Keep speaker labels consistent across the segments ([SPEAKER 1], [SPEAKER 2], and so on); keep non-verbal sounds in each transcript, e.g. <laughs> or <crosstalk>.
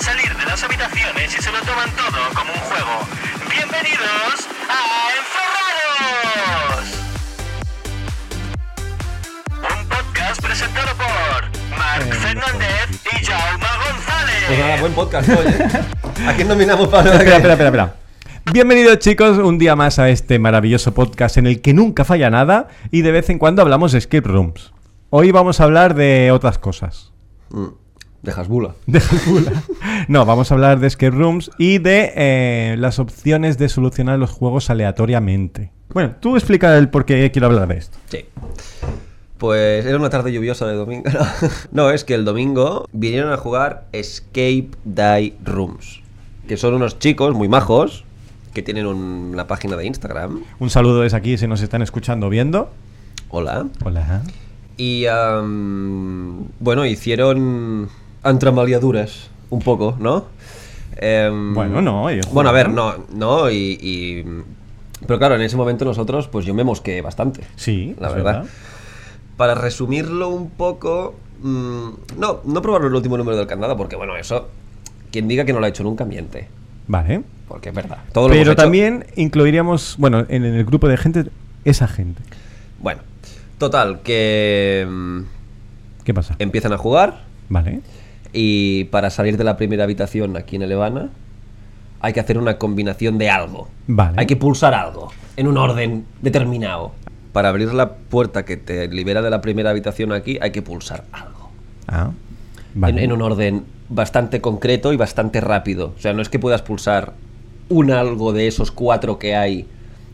[SPEAKER 1] salir de las habitaciones y se lo toman todo como un juego. Bienvenidos a Enferrados. Un podcast presentado por Marc Fernández y Jaume González.
[SPEAKER 2] Pues nada, buen podcast hoy, <laughs> ¿eh? ¿A quién nominamos Pablo?
[SPEAKER 3] espera, espera, espera, espera. Bienvenidos chicos un día más a este maravilloso podcast en el que nunca falla nada y de vez en cuando hablamos de escape rooms. Hoy vamos a hablar de otras cosas.
[SPEAKER 2] Mm, Dejas bula.
[SPEAKER 3] De Hasbula. <laughs> No, vamos a hablar de escape rooms y de eh, las opciones de solucionar los juegos aleatoriamente. Bueno, tú explica el por qué quiero hablar de esto.
[SPEAKER 2] Sí. Pues era una tarde lluviosa de domingo. <laughs> No, No, es que el domingo vinieron a jugar Escape Die Rooms, que son unos chicos muy majos que tienen un- una página de Instagram.
[SPEAKER 3] Un saludo desde aquí si nos están escuchando o viendo.
[SPEAKER 2] Hola.
[SPEAKER 3] Hola.
[SPEAKER 2] Y am, bueno, hicieron entramaliaduras un poco, ¿no? Em,
[SPEAKER 3] Bueno, no, ellos
[SPEAKER 2] Bueno, a ver,
[SPEAKER 3] jugaron.
[SPEAKER 2] no, no, y, y- Pero claro, en ese momento nosotros, pues yo me mosqué bastante.
[SPEAKER 3] Sí,
[SPEAKER 2] la
[SPEAKER 3] es
[SPEAKER 2] verdad. Para resumirlo un poco. mm, no, no probaron el último número del Canadá, porque bueno, eso. Quien diga que no lo ha hecho nunca miente.
[SPEAKER 3] Vale.
[SPEAKER 2] Porque es verdad. Todo lo hemos
[SPEAKER 3] Pero
[SPEAKER 2] hecho.
[SPEAKER 3] también incluiríamos, bueno, en el grupo de gente, esa gente.
[SPEAKER 2] Bueno, total, que. mm,
[SPEAKER 3] ¿Qué pasa?
[SPEAKER 2] empiezan a jugar.
[SPEAKER 3] Vale.
[SPEAKER 2] Y para salir de la primera habitación aquí en el Evana, hay que hacer una combinación de algo.
[SPEAKER 3] Vale.
[SPEAKER 2] Hay que pulsar algo en un orden determinado. Para abrir la puerta que te libera de la primera habitación aquí, hay que pulsar algo.
[SPEAKER 3] Ah.
[SPEAKER 2] En,
[SPEAKER 3] Vale.
[SPEAKER 2] en un orden bastante concreto y bastante rápido. O sea, no es que puedas pulsar un algo de esos cuatro que hay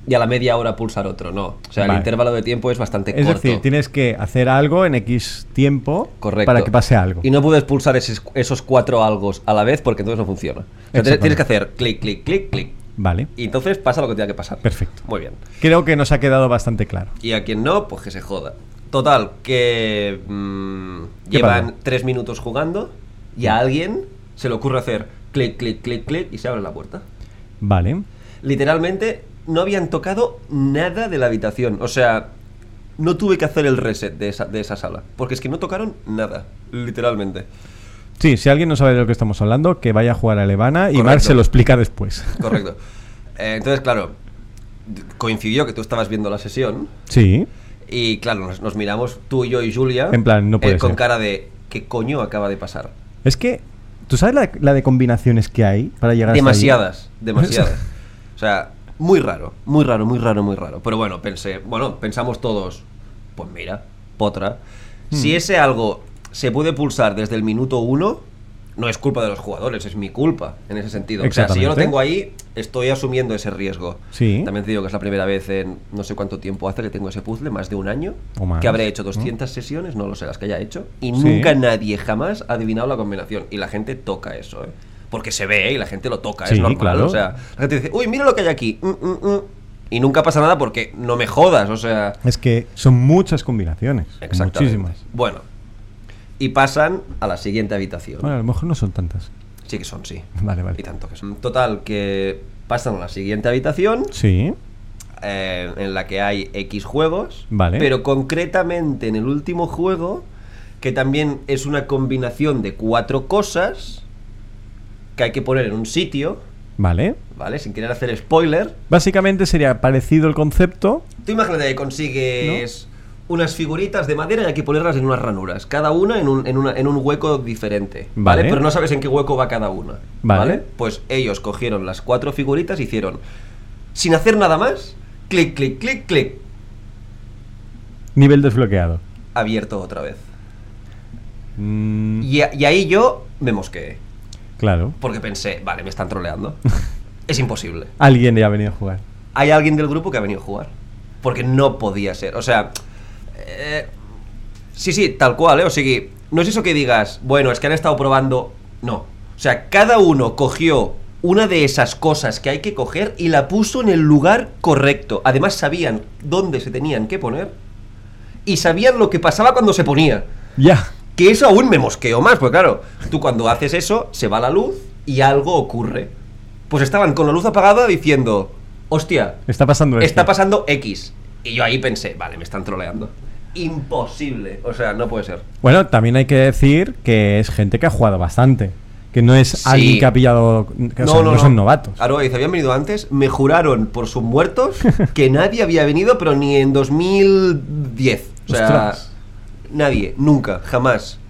[SPEAKER 2] y a la media hora pulsar otro, no. O sea,
[SPEAKER 3] Vale.
[SPEAKER 2] el intervalo de tiempo es bastante
[SPEAKER 3] es
[SPEAKER 2] corto.
[SPEAKER 3] decir, tienes que hacer algo en X tiempo
[SPEAKER 2] Correcto.
[SPEAKER 3] para que pase algo.
[SPEAKER 2] Y no puedes pulsar esos, esos cuatro algos a la vez porque entonces no funciona. O sea,
[SPEAKER 3] Exactamente.
[SPEAKER 2] te- tienes que hacer clic, clic, clic, clic.
[SPEAKER 3] Vale.
[SPEAKER 2] Y entonces pasa lo que tenga que pasar.
[SPEAKER 3] Perfecto.
[SPEAKER 2] Muy bien.
[SPEAKER 3] Creo que nos ha quedado bastante claro.
[SPEAKER 2] Y a quien no, pues que se joda. Total, que mm,
[SPEAKER 3] ¿Qué
[SPEAKER 2] llevan
[SPEAKER 3] pasa? Mm.
[SPEAKER 2] tres minutos jugando y a alguien se le ocurre hacer clic, clic, clic, clic y se abre la puerta.
[SPEAKER 3] Vale.
[SPEAKER 2] Literalmente no habían tocado nada de la habitación. O sea, no tuve que hacer el reset de esa, de esa sala. Porque es que no tocaron nada, literalmente.
[SPEAKER 3] Sí, si alguien no sabe de lo que estamos hablando, que vaya a jugar a Levana y
[SPEAKER 2] Correcto.
[SPEAKER 3] Mark se lo explica después.
[SPEAKER 2] Correcto. Eh, entonces, claro, d- coincidió que tú estabas viendo la sesión
[SPEAKER 3] Sí.
[SPEAKER 2] y, claro, nos, nos miramos tú, yo y Julia. eh,
[SPEAKER 3] En plan, no puede
[SPEAKER 2] Con
[SPEAKER 3] ser.
[SPEAKER 2] cara de, ¿qué coño acaba de pasar?
[SPEAKER 3] Es que, ¿tú sabes la, la de combinaciones que hay para llegar <laughs>
[SPEAKER 2] demasiadas,
[SPEAKER 3] hasta ahí?
[SPEAKER 2] demasiadas. O sea, muy raro, muy raro, muy raro, muy raro. Pero bueno, pensé, bueno, pensamos todos, pues mira, potra.
[SPEAKER 3] Hmm.
[SPEAKER 2] Si ese algo se puede pulsar desde el minuto uno, no es culpa de los jugadores, es mi culpa en ese sentido. O sea, si yo lo
[SPEAKER 3] Exactamente.
[SPEAKER 2] tengo ahí, estoy asumiendo ese riesgo.
[SPEAKER 3] Sí.
[SPEAKER 2] También te digo que es la primera vez en no sé cuánto tiempo hace que tengo ese puzzle, más de un año,
[SPEAKER 3] O más,
[SPEAKER 2] que habré hecho
[SPEAKER 3] ¿no?
[SPEAKER 2] 200 sesiones, no lo sé, las que haya hecho, y
[SPEAKER 3] Sí.
[SPEAKER 2] nunca nadie jamás ha adivinado la combinación. Y la gente toca eso, ¿eh? Porque se ve ¿eh? y la gente lo toca, es
[SPEAKER 3] Sí,
[SPEAKER 2] normal.
[SPEAKER 3] claro.
[SPEAKER 2] O sea, la gente dice, uy, mira lo que hay aquí. mm, mm, mm", Y nunca pasa nada porque no me jodas, o sea.
[SPEAKER 3] Es que son muchas combinaciones.
[SPEAKER 2] Exactamente.
[SPEAKER 3] Muchísimas.
[SPEAKER 2] Bueno, y pasan a la siguiente habitación.
[SPEAKER 3] Bueno, a lo mejor no son tantas.
[SPEAKER 2] Sí que son, sí.
[SPEAKER 3] Vale, vale.
[SPEAKER 2] Y tanto que son. Total, que pasan a la siguiente habitación.
[SPEAKER 3] Sí.
[SPEAKER 2] eh, en la que hay X juegos,
[SPEAKER 3] Vale.
[SPEAKER 2] pero concretamente en el último juego, que también es una combinación de cuatro cosas que hay que poner en un sitio,
[SPEAKER 3] Vale.
[SPEAKER 2] ¿vale? Sin querer hacer spoiler.
[SPEAKER 3] Básicamente sería parecido el concepto.
[SPEAKER 2] Tú imagínate que consigues unas figuritas de madera y hay que ponerlas en unas ranuras, cada una en un, en una- en un hueco diferente, ¿vale?
[SPEAKER 3] Vale.
[SPEAKER 2] Pero no sabes en qué hueco va cada una,
[SPEAKER 3] Vale.
[SPEAKER 2] ¿vale? Pues ellos cogieron las cuatro figuritas y hicieron, sin hacer nada más, clic, clic, clic, clic,
[SPEAKER 3] Nivel desbloqueado.
[SPEAKER 2] abierto otra vez.
[SPEAKER 3] Mm,
[SPEAKER 2] Y, a- y ahí yo me mosqueé.
[SPEAKER 3] claro.
[SPEAKER 2] Porque pensé, vale, me están troleando. es imposible.
[SPEAKER 3] Alguien ya ha venido a jugar.
[SPEAKER 2] Hay alguien del grupo que ha venido a jugar. Porque no podía ser. O sea. eh, sí, sí, tal cual, ¿eh? O sea, que no es eso que digas, bueno, es que han estado probando. No. O sea, cada uno cogió una de esas cosas que hay que coger y la puso en el lugar correcto. Además, sabían dónde se tenían que poner y sabían lo que pasaba cuando se ponía.
[SPEAKER 3] Ya.
[SPEAKER 2] Que eso aún me mosqueo más, porque claro, tú cuando haces eso, se va la luz y algo ocurre. Pues estaban con la luz apagada diciendo, hostia,
[SPEAKER 3] Está pasando esto.
[SPEAKER 2] está pasando X. Y yo ahí pensé, vale, me están troleando. Imposible, o sea, no puede ser.
[SPEAKER 3] Bueno, también hay que decir que es gente que ha jugado bastante. Que no es
[SPEAKER 2] Sí.
[SPEAKER 3] alguien que ha pillado. que, o sea, no, son novatos.
[SPEAKER 2] Claro, dice, habían venido antes, me juraron por sus
[SPEAKER 3] <laughs>
[SPEAKER 2] muertos que nadie había venido, pero ni en 2010. O sea,
[SPEAKER 3] Ostras.
[SPEAKER 2] nadie, nunca, jamás.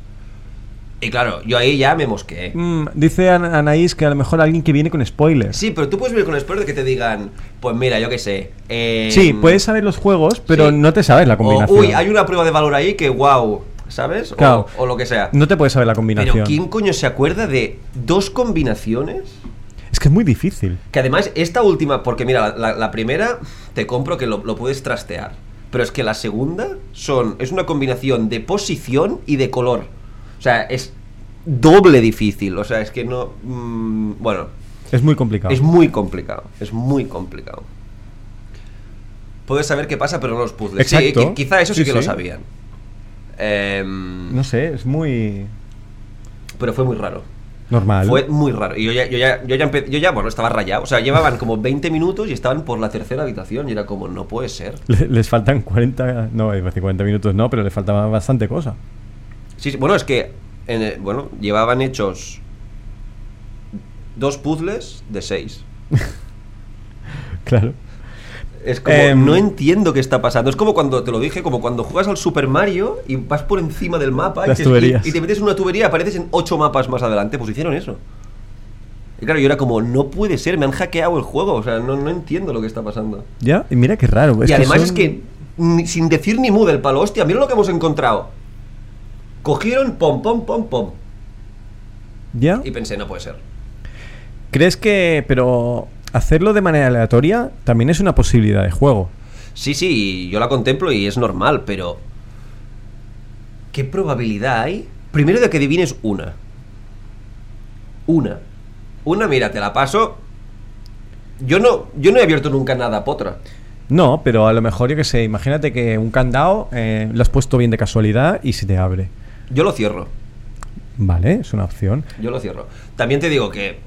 [SPEAKER 2] Y claro, yo ahí ya me mosqué.
[SPEAKER 3] Mm, dice Ana- Anaís que a lo mejor alguien que viene con spoilers.
[SPEAKER 2] Sí, pero tú puedes vivir con spoilers de que te digan, pues mira, yo qué sé. eh,
[SPEAKER 3] Sí, puedes saber los juegos, pero
[SPEAKER 2] sí.
[SPEAKER 3] no te sabes la
[SPEAKER 2] o,
[SPEAKER 3] combinación.
[SPEAKER 2] uy, hay una prueba de valor ahí que wow, ¿sabes? O-
[SPEAKER 3] Claro.
[SPEAKER 2] O, lo que sea.
[SPEAKER 3] No te puedes saber la combinación.
[SPEAKER 2] pero ¿quién coño se acuerda de dos combinaciones?
[SPEAKER 3] Es que es muy difícil.
[SPEAKER 2] Que además, esta última, porque mira, la, la- la primera te compro que lo, lo puedes trastear. Pero es que la segunda son, es una combinación de posición y de color. O sea, es doble difícil. O sea, es que no. mm, bueno,
[SPEAKER 3] Es muy complicado.
[SPEAKER 2] es muy complicado. Es muy complicado. Puedes saber qué pasa, pero no los puzzles. Sí,
[SPEAKER 3] Exacto.
[SPEAKER 2] qui- quizá eso sí,
[SPEAKER 3] Sí,
[SPEAKER 2] que
[SPEAKER 3] sí.
[SPEAKER 2] lo sabían. Em,
[SPEAKER 3] No sé, es muy
[SPEAKER 2] Pero fue muy raro.
[SPEAKER 3] normal.
[SPEAKER 2] Fue muy raro. Y yo ya, yo ya, yo ya, empe- yo ya, bueno, estaba rayado. O sea, llevaban como 20 minutos y estaban por la tercera habitación. Y era como, no puede ser.
[SPEAKER 3] Le- Les faltan 40, no, iba a decir 40 minutos no, pero les faltaba bastante cosa.
[SPEAKER 2] Sí, sí, bueno, es que, en el- bueno, llevaban hechos dos puzzles de seis.
[SPEAKER 3] Claro.
[SPEAKER 2] Es como,
[SPEAKER 3] Em.
[SPEAKER 2] no entiendo qué está pasando. Es como cuando, te lo dije, como cuando juegas al Super Mario y vas por encima del mapa y
[SPEAKER 3] Las
[SPEAKER 2] te,
[SPEAKER 3] tuberías.
[SPEAKER 2] y- y te metes en una tubería y apareces en ocho mapas más adelante. Pues hicieron eso. Y claro, yo era como, no puede ser, me han hackeado el juego. O sea, no, no entiendo lo que está pasando.
[SPEAKER 3] Ya, y mira qué raro.
[SPEAKER 2] y además es
[SPEAKER 3] son-
[SPEAKER 2] que, ni- sin decir ni muda el palo, hostia, mira lo que hemos encontrado. Cogieron pom, pom, pom, pom.
[SPEAKER 3] Ya.
[SPEAKER 2] Y pensé, no puede ser.
[SPEAKER 3] ¿Crees que pero hacerlo de manera aleatoria también es una posibilidad de juego?
[SPEAKER 2] Sí, sí, yo la contemplo y es normal, pero. ¿Qué probabilidad hay? Primero de que adivines una. Una. Una, mira, te la paso. Yo no, yo no he abierto nunca nada potra.
[SPEAKER 3] No, pero a lo mejor yo que sé, imagínate que un candado eh, lo has puesto bien de casualidad y se te abre.
[SPEAKER 2] Yo lo cierro.
[SPEAKER 3] Vale, es una opción.
[SPEAKER 2] Yo lo cierro. También te digo que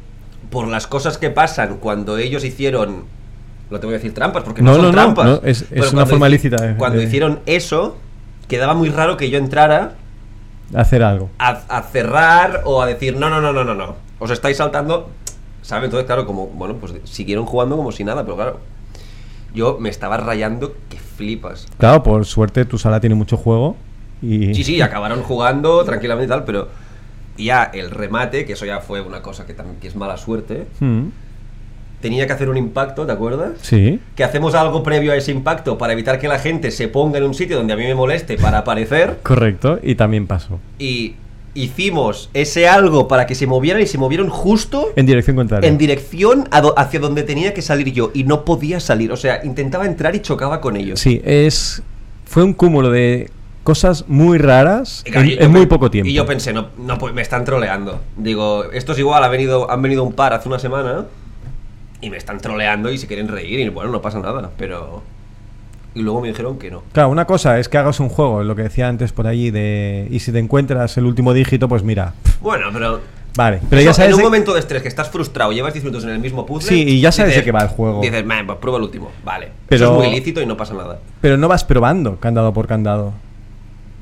[SPEAKER 2] por las cosas que pasan cuando ellos hicieron. Lo te voy a decir trampas, porque no,
[SPEAKER 3] No,
[SPEAKER 2] son
[SPEAKER 3] no, no,
[SPEAKER 2] trampas.
[SPEAKER 3] no, es- es
[SPEAKER 2] Pero
[SPEAKER 3] una
[SPEAKER 2] cuando
[SPEAKER 3] forma
[SPEAKER 2] hici-
[SPEAKER 3] lícita de-
[SPEAKER 2] Cuando
[SPEAKER 3] de-
[SPEAKER 2] hicieron eso, quedaba muy raro que yo entrara
[SPEAKER 3] Hacer algo.
[SPEAKER 2] a, a cerrar o a decir no, no, no, no, no, no. Os estáis saltando. ¿Saben? Entonces, claro, como, bueno, pues siguieron jugando como si nada, pero claro. Yo me estaba rayando que flipas.
[SPEAKER 3] Claro, por suerte tu sala tiene mucho juego y
[SPEAKER 2] Sí, sí, acabaron jugando tranquilamente y tal, pero ya el remate, que eso ya fue una cosa que también que es mala suerte,
[SPEAKER 3] Mm,
[SPEAKER 2] tenía que hacer un impacto, ¿te acuerdas?
[SPEAKER 3] sí.
[SPEAKER 2] Que hacemos algo previo a ese impacto para evitar que la gente se ponga en un sitio donde a mí me moleste para aparecer.
[SPEAKER 3] Correcto, y también pasó.
[SPEAKER 2] Y hicimos ese algo para que se movieran y se movieron justo
[SPEAKER 3] En dirección contraria.
[SPEAKER 2] en dirección a do- hacia donde tenía que salir yo y no podía salir. O sea, intentaba entrar y chocaba con ellos.
[SPEAKER 3] Sí, es. Fue un cúmulo de cosas muy raras
[SPEAKER 2] Y claro,
[SPEAKER 3] en,
[SPEAKER 2] yo- yo
[SPEAKER 3] en muy
[SPEAKER 2] pe-
[SPEAKER 3] poco tiempo.
[SPEAKER 2] Y yo pensé, no, no, pues me están troleando. Digo, estos igual ha venido, han venido un par hace una semana y me están troleando y se quieren reír y bueno, no pasa nada, pero... Y luego me dijeron que no.
[SPEAKER 3] Claro, una cosa es que hagas un juego, lo que decía antes por allí, de. Y si te encuentras el último dígito, pues mira.
[SPEAKER 2] Bueno, pero...
[SPEAKER 3] Vale, pero
[SPEAKER 2] eso,
[SPEAKER 3] ya sabes.
[SPEAKER 2] en un
[SPEAKER 3] de-
[SPEAKER 2] momento de estrés que estás frustrado, llevas 10 minutos en el mismo puzzle...
[SPEAKER 3] Sí, y ya sabes de qué va el juego.
[SPEAKER 2] Dices, "Man, pues prueba el último. Vale.
[SPEAKER 3] Pero-
[SPEAKER 2] Eso es muy ilícito y no pasa nada.
[SPEAKER 3] Pero no vas probando candado por candado.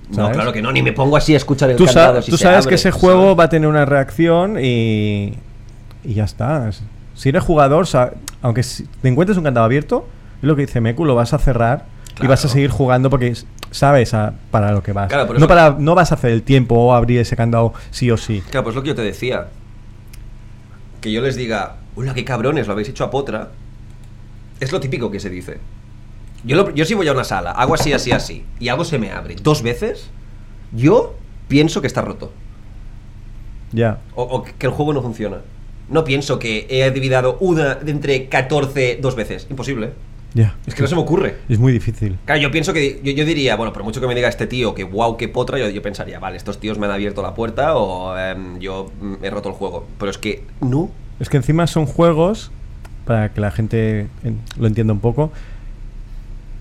[SPEAKER 2] No,
[SPEAKER 3] ¿Sabes?
[SPEAKER 2] claro que no, ni me pongo así a escuchar el
[SPEAKER 3] Tú, sa-
[SPEAKER 2] candado si
[SPEAKER 3] tú
[SPEAKER 2] se
[SPEAKER 3] sabes
[SPEAKER 2] abre,
[SPEAKER 3] que ese
[SPEAKER 2] ¿sabes?
[SPEAKER 3] juego va a tener una reacción y. Y ya está. Es- Si eres jugador, sa- aunque si te encuentres un candado abierto, es lo que dice Meku, lo vas a cerrar y
[SPEAKER 2] Claro.
[SPEAKER 3] vas a seguir jugando porque s- sabes a- para lo que vas.
[SPEAKER 2] Claro, por
[SPEAKER 3] no,
[SPEAKER 2] eso-
[SPEAKER 3] para, no vas a hacer el tiempo o abrir ese candado sí o sí.
[SPEAKER 2] Claro, pues lo que yo te decía. Que yo les diga, hola, qué cabrones, lo habéis hecho a potra. Es lo típico que se dice. Yo, lo- yo si voy a una sala, hago así, así, así, y algo se me abre dos veces, yo pienso que está roto.
[SPEAKER 3] Ya.
[SPEAKER 2] O, o que el juego no funciona. No pienso que he adivinado una de entre 14 dos veces. Imposible.
[SPEAKER 3] Ya.
[SPEAKER 2] Es que no se me ocurre.
[SPEAKER 3] Es muy difícil.
[SPEAKER 2] Claro, yo pienso que. Yo, yo diría, bueno, por mucho que me diga este tío que wow, qué potra, yo, yo pensaría, vale, estos tíos me han abierto la puerta o em, yo mm, he roto el juego. Pero es que no.
[SPEAKER 3] Es que encima son juegos, para que la gente en- lo entienda un poco,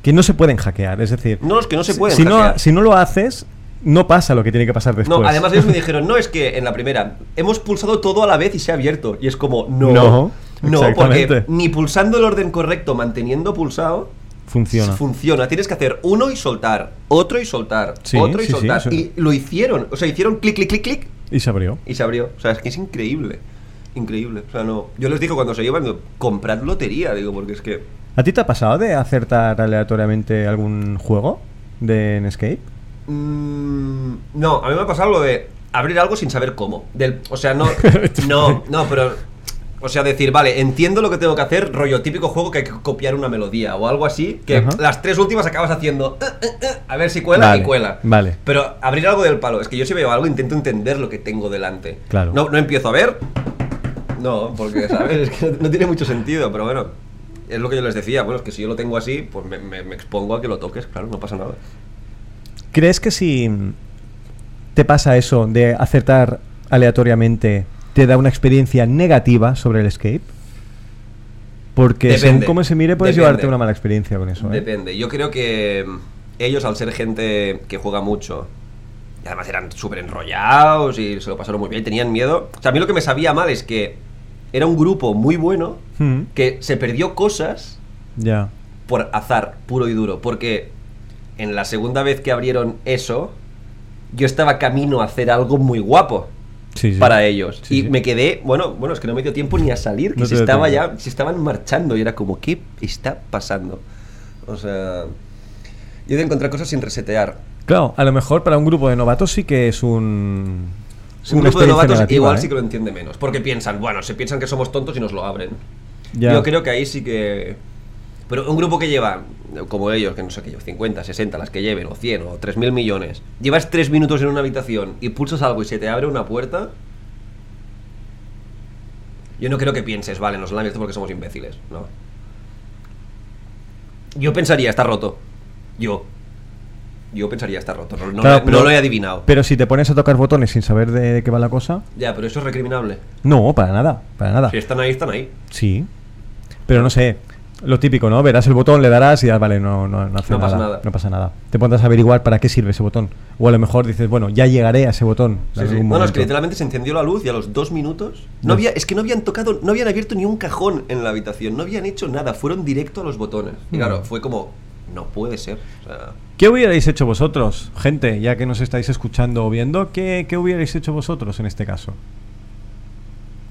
[SPEAKER 3] que no se pueden hackear. Es decir,
[SPEAKER 2] No, es que no se
[SPEAKER 3] si-
[SPEAKER 2] pueden.
[SPEAKER 3] si, no,
[SPEAKER 2] hackear.
[SPEAKER 3] si no lo haces, no pasa lo que tiene que pasar después.
[SPEAKER 2] No, además ellos me
[SPEAKER 3] <laughs>
[SPEAKER 2] dijeron, no, es que en la primera hemos pulsado todo a la vez y se ha abierto. Y es como, no.
[SPEAKER 3] No,
[SPEAKER 2] no,
[SPEAKER 3] exactamente.
[SPEAKER 2] porque ni pulsando el orden correcto, manteniendo pulsado,
[SPEAKER 3] funciona.
[SPEAKER 2] funciona. Tienes que hacer uno y soltar, otro y soltar,
[SPEAKER 3] Sí,
[SPEAKER 2] otro y
[SPEAKER 3] sí, sí,
[SPEAKER 2] soltar.
[SPEAKER 3] eso-
[SPEAKER 2] Y lo hicieron, o sea, hicieron clic, clic, clic, clic
[SPEAKER 3] Y se abrió.
[SPEAKER 2] y se abrió. O sea, es que es increíble. Increíble. O sea, no. Yo les dije cuando se llevan, digo, comprad lotería, digo, porque es que.
[SPEAKER 3] ¿A ti te ha pasado de acertar aleatoriamente algún juego de Netscape?
[SPEAKER 2] Mm, no, a mí me ha pasado lo de abrir algo sin saber cómo. Del, o sea,
[SPEAKER 3] <laughs>
[SPEAKER 2] no. No, no, pero. O sea, decir, vale, entiendo lo que tengo que hacer, rollo típico juego que hay que copiar una melodía o algo así, que
[SPEAKER 3] Ajá.
[SPEAKER 2] las tres últimas acabas haciendo "Eh, eh, eh", a ver si cuela
[SPEAKER 3] Vale,
[SPEAKER 2] y cuela.
[SPEAKER 3] vale.
[SPEAKER 2] Pero abrir algo del palo, es que yo si veo algo intento entender lo que tengo delante.
[SPEAKER 3] Claro.
[SPEAKER 2] No, no empiezo a ver. No, porque, ¿sabes? <laughs> Es que no, no tiene mucho sentido, pero bueno. Es lo que yo les decía, bueno, es que si yo lo tengo así, pues me, me- me expongo a que lo toques, claro, no pasa nada.
[SPEAKER 3] ¿Crees que si te pasa eso de acertar aleatoriamente te da una experiencia negativa sobre el escape? Porque según
[SPEAKER 2] Depende.
[SPEAKER 3] cómo se mire puedes
[SPEAKER 2] Depende.
[SPEAKER 3] llevarte una mala experiencia con eso. ¿eh?
[SPEAKER 2] Depende. Yo creo que mm, ellos, al ser gente que juega mucho, y además eran súper enrollados y se lo pasaron muy bien, y tenían miedo. O sea, a mí lo que me sabía mal es que era un grupo muy bueno
[SPEAKER 3] Mm,
[SPEAKER 2] que se perdió cosas
[SPEAKER 3] ya.
[SPEAKER 2] por azar puro y duro. Porque en la segunda vez que abrieron eso, yo estaba camino a hacer algo muy guapo
[SPEAKER 3] Sí, sí.
[SPEAKER 2] para ellos.
[SPEAKER 3] Sí,
[SPEAKER 2] y
[SPEAKER 3] sí.
[SPEAKER 2] me quedé, bueno, bueno, es que no me dio tiempo ni a salir, que
[SPEAKER 3] No
[SPEAKER 2] se
[SPEAKER 3] te dio
[SPEAKER 2] estaba
[SPEAKER 3] tiempo.
[SPEAKER 2] ya, se estaban marchando y era como, ¿qué está pasando? O sea, yo de encontrar cosas sin resetear.
[SPEAKER 3] Claro, a lo mejor para un grupo de novatos sí que es un... es
[SPEAKER 2] Un
[SPEAKER 3] una
[SPEAKER 2] grupo de
[SPEAKER 3] experiencia
[SPEAKER 2] novatos
[SPEAKER 3] negativa,
[SPEAKER 2] igual
[SPEAKER 3] ¿eh?
[SPEAKER 2] sí que lo entiende menos, porque piensan, bueno, se piensan que somos tontos y nos lo abren.
[SPEAKER 3] Ya.
[SPEAKER 2] Yo creo que ahí sí que... Pero un grupo que lleva, como ellos, que no sé qué, 50, 60, las que lleven, o 100, o 3.000 millones, llevas 3 minutos en una habitación y pulsas algo y se te abre una puerta, yo no creo que pienses, vale, nos lo han abierto porque somos imbéciles, no. Yo pensaría, está roto. Yo. Yo pensaría, está roto. No, no
[SPEAKER 3] Claro,
[SPEAKER 2] lo he- no
[SPEAKER 3] pero-
[SPEAKER 2] lo he adivinado.
[SPEAKER 3] Pero si te pones a tocar botones sin saber de, de qué va la cosa...
[SPEAKER 2] ya, pero eso es recriminable.
[SPEAKER 3] No, para nada, para nada.
[SPEAKER 2] Si están ahí, están ahí.
[SPEAKER 3] Sí. Pero no sé, lo típico, ¿no? Verás el botón, le darás y ya, vale, no, no, no hace
[SPEAKER 2] No pasa nada.
[SPEAKER 3] No pasa nada. Te pondrás a averiguar para qué sirve ese botón. O a lo mejor dices, bueno, ya llegaré a ese botón. en
[SPEAKER 2] Sí, sí.
[SPEAKER 3] algún
[SPEAKER 2] No, no, es que
[SPEAKER 3] momento.
[SPEAKER 2] literalmente se encendió la luz y a los dos minutos.
[SPEAKER 3] No.
[SPEAKER 2] No había, es que no habían tocado, no habían abierto ni un cajón en la habitación, no habían hecho nada, fueron directo a los botones. Y claro,
[SPEAKER 3] Mm.
[SPEAKER 2] fue como, no puede ser. o sea,
[SPEAKER 3] ¿Qué hubierais hecho vosotros, gente, ya que nos estáis escuchando o viendo? ¿Qué, qué hubierais hecho vosotros en este caso?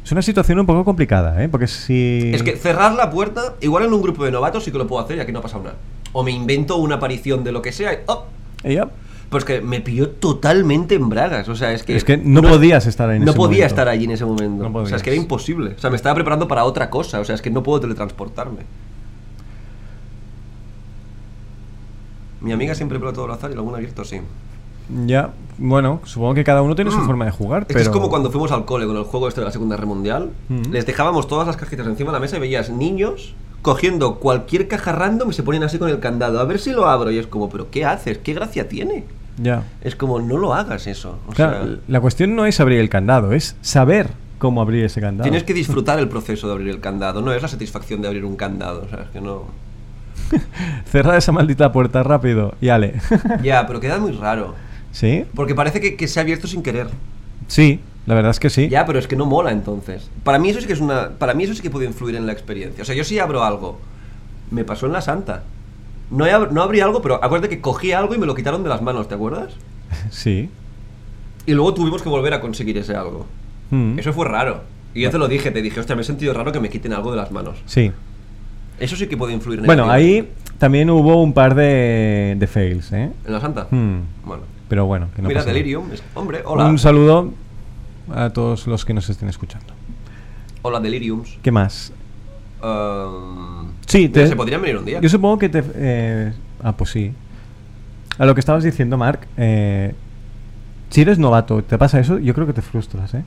[SPEAKER 3] Es una situación un poco complicada, ¿eh? Porque si...
[SPEAKER 2] Es que cerrar la puerta, igual en un grupo de novatos sí que lo puedo hacer y aquí no ha pasado nada. O me invento una aparición de lo que sea y. ¡Oh!
[SPEAKER 3] Ya.
[SPEAKER 2] Pues que me pilló totalmente en bragas. O sea, es que.
[SPEAKER 3] Es que no podías estar ahí en
[SPEAKER 2] No
[SPEAKER 3] ese
[SPEAKER 2] podía
[SPEAKER 3] momento.
[SPEAKER 2] estar allí en ese momento. o
[SPEAKER 3] No
[SPEAKER 2] sea,
[SPEAKER 3] podías.
[SPEAKER 2] es que era imposible. O sea, me estaba preparando para otra cosa. O sea, es que no puedo teletransportarme. Mi amiga siempre peló todo al azar y lo algún abierto sí.
[SPEAKER 3] Ya, bueno, supongo que cada uno tiene su
[SPEAKER 2] Mm.
[SPEAKER 3] forma de jugar,
[SPEAKER 2] Es que
[SPEAKER 3] pero...
[SPEAKER 2] es como cuando fuimos al cole con el juego este de la Segunda Guerra Mundial.
[SPEAKER 3] Mm.
[SPEAKER 2] Les dejábamos todas las cajitas encima de la mesa y veías niños cogiendo cualquier caja random y se ponían así con el candado. A ver si lo abro. Y es como, ¿pero qué haces? ¿Qué gracia tiene?
[SPEAKER 3] Ya.
[SPEAKER 2] Es como, no lo hagas eso. O
[SPEAKER 3] Claro,
[SPEAKER 2] sea,
[SPEAKER 3] la cuestión no es abrir el candado, es saber cómo abrir ese candado.
[SPEAKER 2] Tienes que disfrutar el proceso de abrir el candado, no es la satisfacción de abrir un candado, o sea, es que no.
[SPEAKER 3] cerrar esa maldita puerta rápido y
[SPEAKER 2] <laughs>
[SPEAKER 3] ale.
[SPEAKER 2] Ya, pero queda muy raro.
[SPEAKER 3] ¿Sí?
[SPEAKER 2] Porque parece que, que se ha abierto sin querer.
[SPEAKER 3] Sí, la verdad es que sí.
[SPEAKER 2] Ya, pero es que no mola entonces. Para mí eso sí que es una. Para mí eso sí que puede influir en la experiencia. O sea, yo sí abro algo. Me pasó en la Santa. No, he ab- no abrí algo, pero acuérdate que cogí algo y me lo quitaron de las manos, ¿te acuerdas?
[SPEAKER 3] Sí.
[SPEAKER 2] Y luego tuvimos que volver a conseguir ese algo.
[SPEAKER 3] Mm.
[SPEAKER 2] Eso fue raro. Y yo te lo dije, te dije, hostia, me he sentido raro que me quiten algo de las manos.
[SPEAKER 3] Sí.
[SPEAKER 2] Eso sí que puede influir en la
[SPEAKER 3] Bueno, ahí
[SPEAKER 2] experiencia.
[SPEAKER 3] también hubo un par de, de fails, ¿eh?
[SPEAKER 2] ¿En la Santa?
[SPEAKER 3] Mm.
[SPEAKER 2] Bueno.
[SPEAKER 3] Pero bueno, que no
[SPEAKER 2] Mira,
[SPEAKER 3] pasa nada.
[SPEAKER 2] Delirium. es- Hombre, hola.
[SPEAKER 3] Un saludo a todos los que nos estén escuchando.
[SPEAKER 2] Hola, Deliriums.
[SPEAKER 3] ¿Qué más?
[SPEAKER 2] Ehm,
[SPEAKER 3] Sí,
[SPEAKER 2] mira,
[SPEAKER 3] te-
[SPEAKER 2] se podrían venir un día.
[SPEAKER 3] Yo supongo que te... eh, ah, pues sí. A lo que estabas diciendo, Mark, eh, si eres novato, te pasa eso, yo creo que te frustras, ¿eh?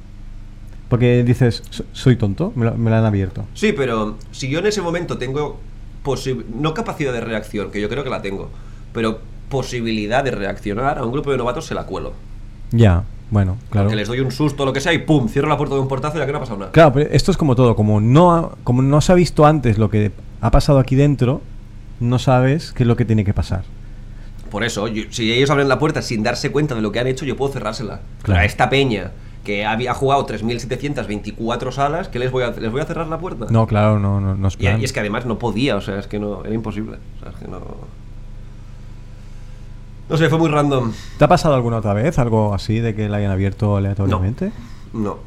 [SPEAKER 3] Porque dices, "So- soy tonto, me lo, me lo han abierto.
[SPEAKER 2] Sí, pero si yo en ese momento tengo posi- no capacidad de reacción, que yo creo que la tengo, pero posibilidad de reaccionar, a un grupo de novatos se la cuelo.
[SPEAKER 3] Ya, bueno, claro.
[SPEAKER 2] Que les doy un susto o lo que sea y pum, cierro la puerta de un portazo y ya que no ha pasado nada.
[SPEAKER 3] Claro, pero esto es como todo, como no, ha- como no se ha visto antes lo que ha pasado aquí dentro, no sabes qué es lo que tiene que pasar.
[SPEAKER 2] Por eso, yo- si ellos abren la puerta sin darse cuenta de lo que han hecho, yo puedo cerrársela.
[SPEAKER 3] Claro.
[SPEAKER 2] A esta peña que ha, ha jugado 3.724 salas, ¿qué les voy a, les voy a cerrar la puerta?
[SPEAKER 3] No, claro, no, no, no es
[SPEAKER 2] Y,
[SPEAKER 3] plan.
[SPEAKER 2] y es que además no podía, o sea, es que no, era imposible. O sea, es que no. No sé, fue muy random.
[SPEAKER 3] ¿Te ha pasado alguna otra vez algo así de que la hayan abierto aleatoriamente?
[SPEAKER 2] No.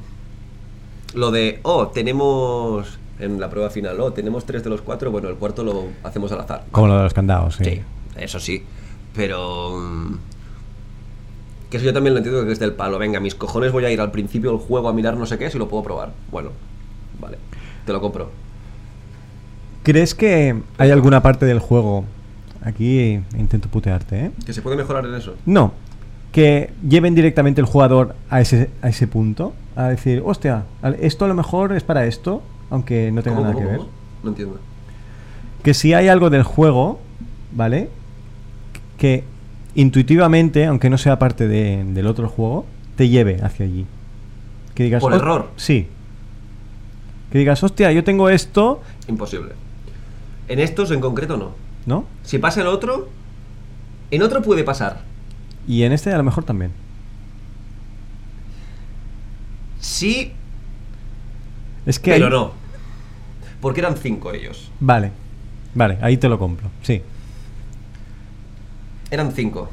[SPEAKER 2] Lo de, oh, tenemos en la prueba final, oh, tenemos tres de los cuatro, bueno, el cuarto lo hacemos al azar.
[SPEAKER 3] Como lo de los candados, sí.
[SPEAKER 2] Sí, eso sí. Pero. mm, Que eso yo también lo entiendo que es del palo. Venga, mis cojones voy a ir al principio del juego a mirar no sé qué si lo puedo probar. Bueno, vale. Te lo compro.
[SPEAKER 3] ¿Crees que hay alguna parte del juego? Aquí intento putearte, ¿eh?
[SPEAKER 2] Que se puede mejorar en eso.
[SPEAKER 3] No. Que lleven directamente el jugador a ese, a ese punto. A decir, hostia, al- esto a lo mejor es para esto, aunque no tenga
[SPEAKER 2] ¿Cómo,
[SPEAKER 3] nada
[SPEAKER 2] cómo,
[SPEAKER 3] que ver.
[SPEAKER 2] cómo? No entiendo.
[SPEAKER 3] Que si hay algo del juego, ¿vale? Que intuitivamente, aunque no sea parte de- del otro juego, te lleve hacia allí. Que digas.
[SPEAKER 2] Por
[SPEAKER 3] "Host-
[SPEAKER 2] error".
[SPEAKER 3] Sí. Que digas, hostia, yo tengo esto,
[SPEAKER 2] Imposible. En estos en concreto no.
[SPEAKER 3] ¿no?
[SPEAKER 2] Si pasa en otro, en otro puede pasar.
[SPEAKER 3] Y en este a lo mejor también.
[SPEAKER 2] Sí,
[SPEAKER 3] Es que.
[SPEAKER 2] pero
[SPEAKER 3] ahí-
[SPEAKER 2] no. Porque eran cinco ellos.
[SPEAKER 3] Vale. Vale, ahí te lo compro. Sí.
[SPEAKER 2] Eran cinco.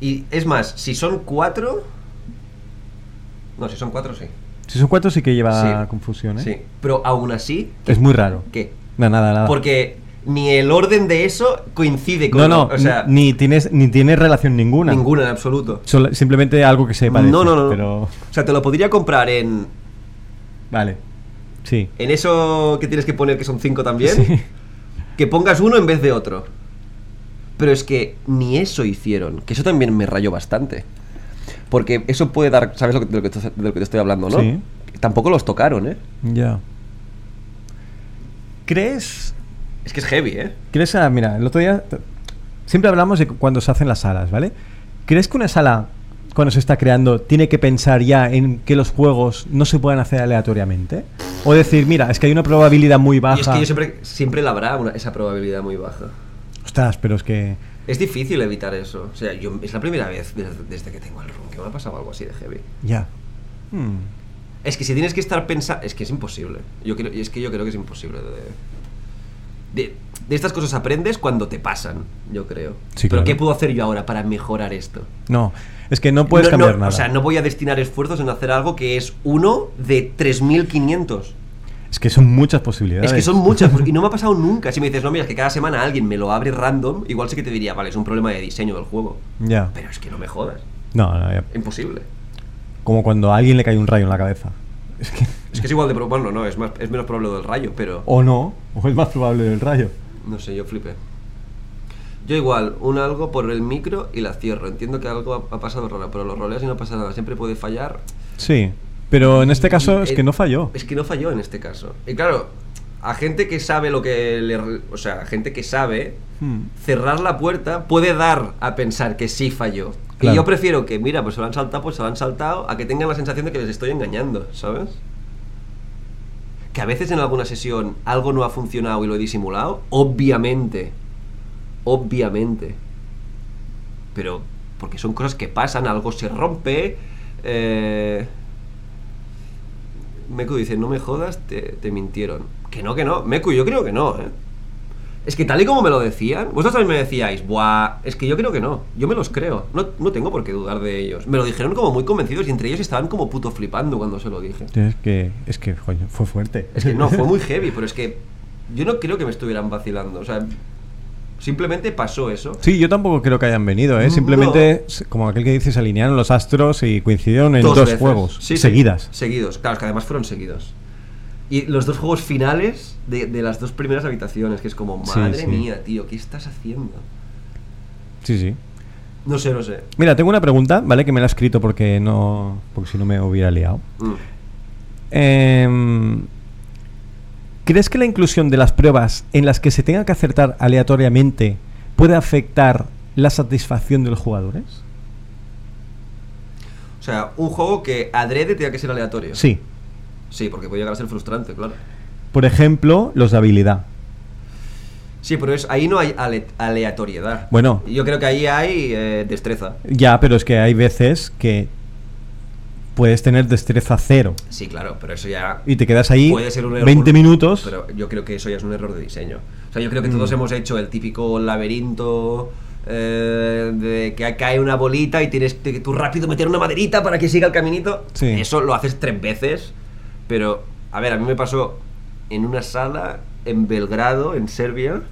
[SPEAKER 2] Y es más, si son cuatro. No, si son cuatro, sí.
[SPEAKER 3] Si son cuatro sí que lleva
[SPEAKER 2] Sí.
[SPEAKER 3] confusión, ¿eh?
[SPEAKER 2] Sí. Pero aún así.
[SPEAKER 3] Es muy Ah. raro.
[SPEAKER 2] ¿Qué?
[SPEAKER 3] No, nada, nada.
[SPEAKER 2] Porque ni el orden de eso coincide con.
[SPEAKER 3] no, no,
[SPEAKER 2] O sea,
[SPEAKER 3] ni, tienes, ni tienes relación ninguna.
[SPEAKER 2] ninguna en absoluto.
[SPEAKER 3] Solo- simplemente algo que se parece.
[SPEAKER 2] no, no, no.
[SPEAKER 3] Pero.
[SPEAKER 2] O sea, te lo podría comprar en.
[SPEAKER 3] Vale. Sí.
[SPEAKER 2] En eso que tienes que poner que son cinco también.
[SPEAKER 3] Sí. <laughs>
[SPEAKER 2] que pongas uno en vez de otro. Pero es que ni eso hicieron, que eso también me rayó bastante. Porque eso puede dar, ¿sabes lo que- de, lo que, te- de lo que te estoy hablando, no?
[SPEAKER 3] Sí.
[SPEAKER 2] Tampoco los tocaron, ¿eh?
[SPEAKER 3] Ya. ¿Crees?
[SPEAKER 2] Es que es heavy, ¿eh?
[SPEAKER 3] ¿Crees? ah, mira, el otro día. t- Siempre hablamos de cu- cuando se hacen las salas, ¿vale? ¿Crees que una sala, cuando se está creando, tiene que pensar ya en que los juegos no se puedan hacer aleatoriamente? O decir, mira, es que hay una probabilidad muy baja.
[SPEAKER 2] Y es que yo siempre, siempre la habrá una- esa probabilidad muy baja.
[SPEAKER 3] Ostras, pero es que.
[SPEAKER 2] Es difícil evitar eso. O sea, yo, es la primera vez desde, desde que tengo el room que me ha pasado algo así de heavy.
[SPEAKER 3] Ya. Hmm.
[SPEAKER 2] Es que si tienes que estar pensando. Es que es imposible. Yo creo, y es que yo creo que es imposible. De, de- de estas cosas aprendes cuando te pasan, yo creo.
[SPEAKER 3] Sí,
[SPEAKER 2] Pero
[SPEAKER 3] claro.
[SPEAKER 2] ¿qué puedo hacer yo ahora para mejorar esto?
[SPEAKER 3] No, es que no puedes
[SPEAKER 2] No, no,
[SPEAKER 3] cambiar nada.
[SPEAKER 2] O sea, no voy a destinar esfuerzos en hacer algo que es uno de 3.500.
[SPEAKER 3] Es que son muchas posibilidades.
[SPEAKER 2] Es que son muchas y
[SPEAKER 3] <laughs>
[SPEAKER 2] no me ha pasado nunca. Si me dices, no, mira, es que cada semana alguien me lo abre random, igual sí que te diría, vale, es un problema de diseño del juego.
[SPEAKER 3] Ya.
[SPEAKER 2] Pero es que no me jodas.
[SPEAKER 3] No, no, ya.
[SPEAKER 2] Imposible.
[SPEAKER 3] Como cuando a alguien le cae un rayo en la cabeza. Es que...
[SPEAKER 2] Es que es igual de probable. Bueno, no, es, más, es menos probable lo del rayo, pero.
[SPEAKER 3] O no, o es más probable el rayo.
[SPEAKER 2] No sé, yo flipé. Yo igual, un algo por el micro y la cierro. Entiendo que algo ha, ha pasado raro, pero los roleas y no pasa nada. Siempre puede fallar.
[SPEAKER 3] Sí, pero en este caso es
[SPEAKER 2] Eh,
[SPEAKER 3] que no falló.
[SPEAKER 2] Es que no falló en este caso. Y claro, a gente que sabe lo que le... re- O sea, a gente que sabe,
[SPEAKER 3] Hmm.
[SPEAKER 2] cerrar la puerta puede dar a pensar que sí falló.
[SPEAKER 3] Claro.
[SPEAKER 2] Y yo prefiero que, mira, pues se lo han saltado, pues se lo han saltado, a que tengan la sensación de que les estoy engañando, ¿sabes? Que a veces en alguna sesión algo no ha funcionado y lo he disimulado, obviamente. Obviamente. Pero porque son cosas que pasan, algo se rompe. Eh... Meku dice, no me jodas, te, te mintieron. Que no, que no. Meku, yo creo que no, ¿eh? Es que tal y como me lo decían, vosotros también me decíais, buah, es que yo creo que no, yo me los creo, no, no tengo por qué dudar de ellos. Me lo dijeron como muy convencidos y entre ellos estaban como puto flipando cuando se lo dije.
[SPEAKER 3] Es que, es que coño, fue fuerte.
[SPEAKER 2] Es que no, fue muy heavy, pero es que yo no creo que me estuvieran vacilando, o sea, simplemente pasó eso.
[SPEAKER 3] <laughs> Sí, yo tampoco creo que hayan venido, ¿eh?
[SPEAKER 2] No.
[SPEAKER 3] Simplemente, s- como aquel que dice, se alinearon los astros y coincidieron en dos,
[SPEAKER 2] veces.
[SPEAKER 3] juegos
[SPEAKER 2] Sí, sí,
[SPEAKER 3] seguidas.
[SPEAKER 2] seguidos, claro, es que además fueron seguidos. Y los dos juegos finales de, de las dos primeras habitaciones, que es como,
[SPEAKER 3] Sí,
[SPEAKER 2] madre
[SPEAKER 3] sí.
[SPEAKER 2] mía, tío, ¿qué estás haciendo?
[SPEAKER 3] Sí, sí.
[SPEAKER 2] No sé, no sé.
[SPEAKER 3] Mira, tengo una pregunta, ¿vale? Que me la he escrito porque no. Porque si no me hubiera liado.
[SPEAKER 2] Mm.
[SPEAKER 3] Em, ¿Crees que la inclusión de las pruebas en las que se tenga que acertar aleatoriamente puede afectar la satisfacción de los jugadores?
[SPEAKER 2] O sea, un juego que adrede tenía que ser aleatorio.
[SPEAKER 3] Sí.
[SPEAKER 2] Sí, porque puede llegar a ser frustrante, claro.
[SPEAKER 3] Por ejemplo, los de habilidad.
[SPEAKER 2] Sí, pero es, ahí no hay ale- aleatoriedad.
[SPEAKER 3] Bueno.
[SPEAKER 2] Yo creo que ahí hay eh, destreza.
[SPEAKER 3] Ya, pero es que hay veces que puedes tener destreza cero
[SPEAKER 2] Sí, claro, pero eso ya
[SPEAKER 3] y te quedas ahí
[SPEAKER 2] puede ser un error.
[SPEAKER 3] 20 minutos.
[SPEAKER 2] Pero yo creo que eso ya es un error de diseño. O sea, yo creo que
[SPEAKER 3] Mm.
[SPEAKER 2] todos hemos hecho el típico laberinto eh, de que cae una bolita y tienes que tú rápido meter una maderita para que siga el caminito.
[SPEAKER 3] Sí.
[SPEAKER 2] Eso lo haces tres veces, pero a ver, a mí me pasó en una sala en Belgrado, en
[SPEAKER 3] <laughs>
[SPEAKER 2] Serbia.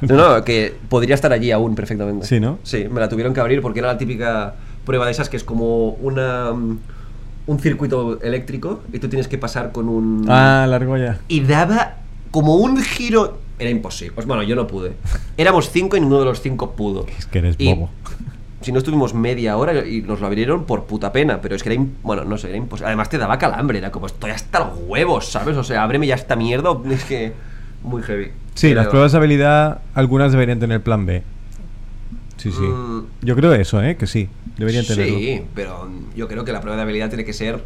[SPEAKER 2] No, no, que podría estar allí aún perfectamente.
[SPEAKER 3] Sí, ¿no?
[SPEAKER 2] Sí, me la tuvieron que abrir porque era la típica prueba de esas que es como una mm, un circuito eléctrico y tú tienes que pasar con un
[SPEAKER 3] Ah, la argolla.
[SPEAKER 2] y daba como un giro. Era imposible. Pues, Bueno, yo no pude. Éramos cinco y ninguno de los cinco pudo.
[SPEAKER 3] Es que eres
[SPEAKER 2] Y
[SPEAKER 3] bobo.
[SPEAKER 2] Si no estuvimos media hora y nos lo abrieron por puta pena, pero es que era. im- Bueno, no sé, era imposible. Además te daba calambre, era como estoy hasta los huevos, ¿sabes? O sea, ábreme ya esta mierda. o- Es que. Muy heavy.
[SPEAKER 3] Sí, las
[SPEAKER 2] Pero-
[SPEAKER 3] pruebas de habilidad, algunas deberían tener plan B. Sí, sí.
[SPEAKER 2] Mm.
[SPEAKER 3] Yo creo eso, ¿eh? Que sí. Deberían tenerlo.
[SPEAKER 2] Sí, pero mm, yo creo que la prueba de habilidad tiene que ser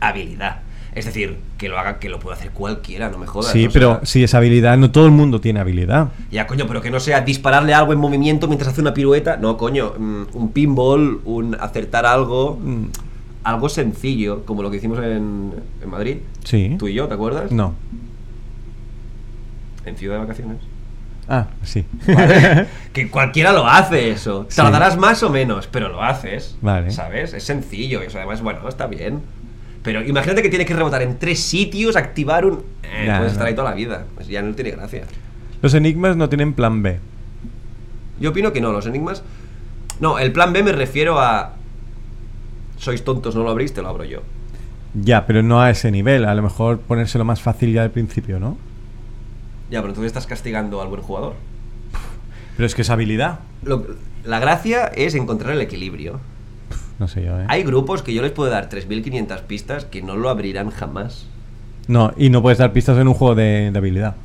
[SPEAKER 2] habilidad. Es decir, que lo haga, que lo pueda hacer cualquiera, no me jodas.
[SPEAKER 3] Sí,
[SPEAKER 2] o sea,
[SPEAKER 3] pero si es habilidad, no todo el mundo tiene habilidad.
[SPEAKER 2] Ya, coño, pero que no sea dispararle algo en movimiento mientras hace una pirueta. No, coño, mm, un pinball, un acertar algo,
[SPEAKER 3] Mm,
[SPEAKER 2] algo sencillo, como lo que hicimos en, en Madrid.
[SPEAKER 3] Sí.
[SPEAKER 2] Tú y yo, ¿te acuerdas?
[SPEAKER 3] No.
[SPEAKER 2] En Ciudad de Vacaciones.
[SPEAKER 3] Ah, sí. <laughs>
[SPEAKER 2] Que cualquiera lo hace eso.
[SPEAKER 3] Sí.
[SPEAKER 2] Tardarás más o menos, pero lo haces.
[SPEAKER 3] Vale.
[SPEAKER 2] ¿Sabes? Es sencillo. Y eso además, bueno, está bien. Pero imagínate que tienes que rebotar en tres sitios, activar un. Eh,
[SPEAKER 3] Ya,
[SPEAKER 2] puedes
[SPEAKER 3] no.
[SPEAKER 2] estar ahí toda la vida. Pues ya no tiene gracia.
[SPEAKER 3] Los enigmas no tienen plan B.
[SPEAKER 2] Yo opino que no, los enigmas. No, el plan B me refiero a. Sois tontos, no lo abrís, te lo abro yo.
[SPEAKER 3] Ya, pero no a ese nivel. A lo mejor ponérselo más fácil ya al principio, ¿no?
[SPEAKER 2] Ya, pero entonces estás castigando al buen jugador.
[SPEAKER 3] Pero es que es habilidad.
[SPEAKER 2] Lo- la gracia es encontrar el equilibrio.
[SPEAKER 3] No sé yo, ¿eh?
[SPEAKER 2] Hay grupos que yo les puedo dar 3.500 pistas que no lo abrirán jamás.
[SPEAKER 3] No, y no puedes dar pistas en un juego de, de habilidad.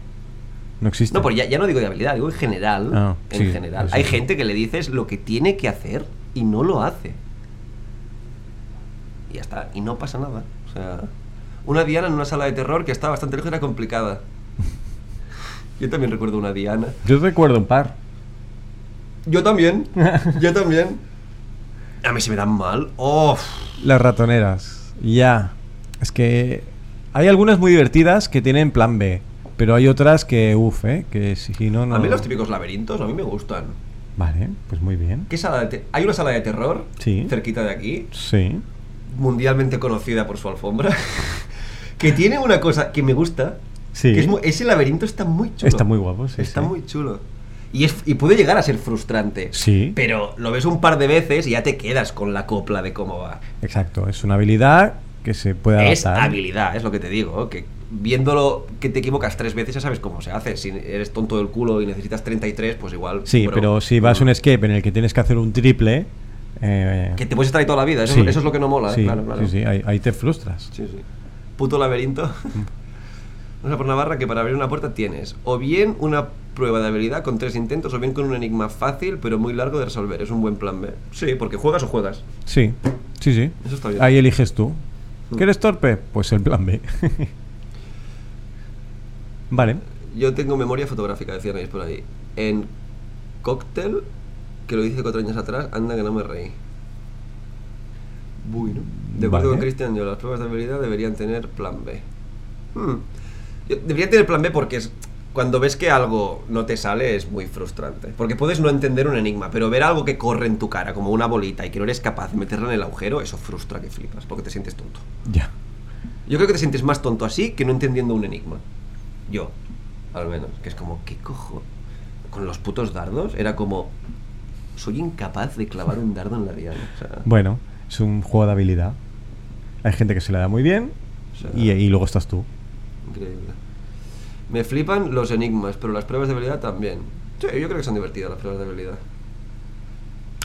[SPEAKER 3] No existe.
[SPEAKER 2] No, pero ya, ya no digo de habilidad, digo en general.
[SPEAKER 3] Ah,
[SPEAKER 2] en
[SPEAKER 3] sí,
[SPEAKER 2] general.
[SPEAKER 3] pues sí.
[SPEAKER 2] Hay gente que le dices lo que tiene que hacer y no lo hace. Y ya está, y no pasa nada. O sea, una diana en una sala de terror que estaba bastante lejos era
[SPEAKER 3] <laughs>
[SPEAKER 2] complicada. Yo también recuerdo una diana.
[SPEAKER 3] Yo recuerdo un par.
[SPEAKER 2] Yo también, yo también. A mí se me dan mal. ¡Oh!
[SPEAKER 3] Las ratoneras. Ya. Es que hay algunas muy divertidas que tienen plan B. Pero hay otras que, uff, ¿eh? Que si si no, no...
[SPEAKER 2] A mí los típicos laberintos, a mí me gustan.
[SPEAKER 3] Vale, pues muy bien.
[SPEAKER 2] ¿Qué sala de te- Hay una sala de terror
[SPEAKER 3] Sí.
[SPEAKER 2] cerquita de aquí
[SPEAKER 3] Sí.
[SPEAKER 2] mundialmente conocida por su alfombra, que tiene una cosa que me gusta.
[SPEAKER 3] Sí.
[SPEAKER 2] que es mu- ese laberinto está muy chulo.
[SPEAKER 3] Está muy guapo, sí,
[SPEAKER 2] Está
[SPEAKER 3] sí.
[SPEAKER 2] muy chulo. Y, es, y puede llegar a ser frustrante.
[SPEAKER 3] Sí.
[SPEAKER 2] Pero lo ves un par de veces y ya te quedas con la copla de cómo va.
[SPEAKER 3] Exacto. Es una habilidad que se puede adaptar.
[SPEAKER 2] Es habilidad, es lo que te digo. Que viéndolo que te equivocas tres veces ya sabes cómo se hace. Si eres tonto del culo y necesitas 33, pues igual.
[SPEAKER 3] Sí,
[SPEAKER 2] bueno, mm,
[SPEAKER 3] pero si vas a un escape en el que tienes que hacer un triple... eh,
[SPEAKER 2] Que te puedes estar ahí toda la vida. Eso,
[SPEAKER 3] sí.
[SPEAKER 2] eso es lo que no mola. ¿eh?
[SPEAKER 3] Sí,
[SPEAKER 2] claro, claro.
[SPEAKER 3] sí, sí, ahí, ahí te frustras.
[SPEAKER 2] Sí, sí. Puto <laughs> laberinto. Vamos a por Navarra que para abrir una puerta tienes o bien una prueba de habilidad con tres intentos o bien con un enigma fácil pero muy largo de resolver. Es un buen plan B. Sí, porque juegas o juegas.
[SPEAKER 3] Sí, sí, sí.
[SPEAKER 2] Eso está bien.
[SPEAKER 3] Ahí eliges tú.
[SPEAKER 2] Mm.
[SPEAKER 3] ¿Que eres torpe? Pues el plan B. <laughs> vale.
[SPEAKER 2] Yo tengo memoria fotográfica, decían ellos por ahí. En Cóctel, que lo hice cuatro años atrás, anda que no me reí. Bueno. De acuerdo
[SPEAKER 3] Vale.
[SPEAKER 2] con Cristian, yo las pruebas de habilidad deberían tener plan B. Hmm. Yo- debería tener plan B porque es cuando ves que algo no te sale es muy frustrante. Porque puedes no entender un enigma, pero ver algo que corre en tu cara, como una bolita, y que no eres capaz de meterla en el agujero, eso frustra que flipas, porque te sientes tonto.
[SPEAKER 3] Ya.
[SPEAKER 2] Yo creo que te sientes más tonto así que no entendiendo un enigma. Yo, al menos. Que es como, ¿qué cojo? Con los putos dardos era como, soy incapaz de clavar un dardo en la diana. o sea,
[SPEAKER 3] Bueno, es un juego de habilidad. Hay gente que se le da muy bien
[SPEAKER 2] Sí.
[SPEAKER 3] y, y luego estás tú.
[SPEAKER 2] increíble. Me flipan los enigmas, pero las pruebas de habilidad también. Sí, yo creo que son divertidas las pruebas de habilidad.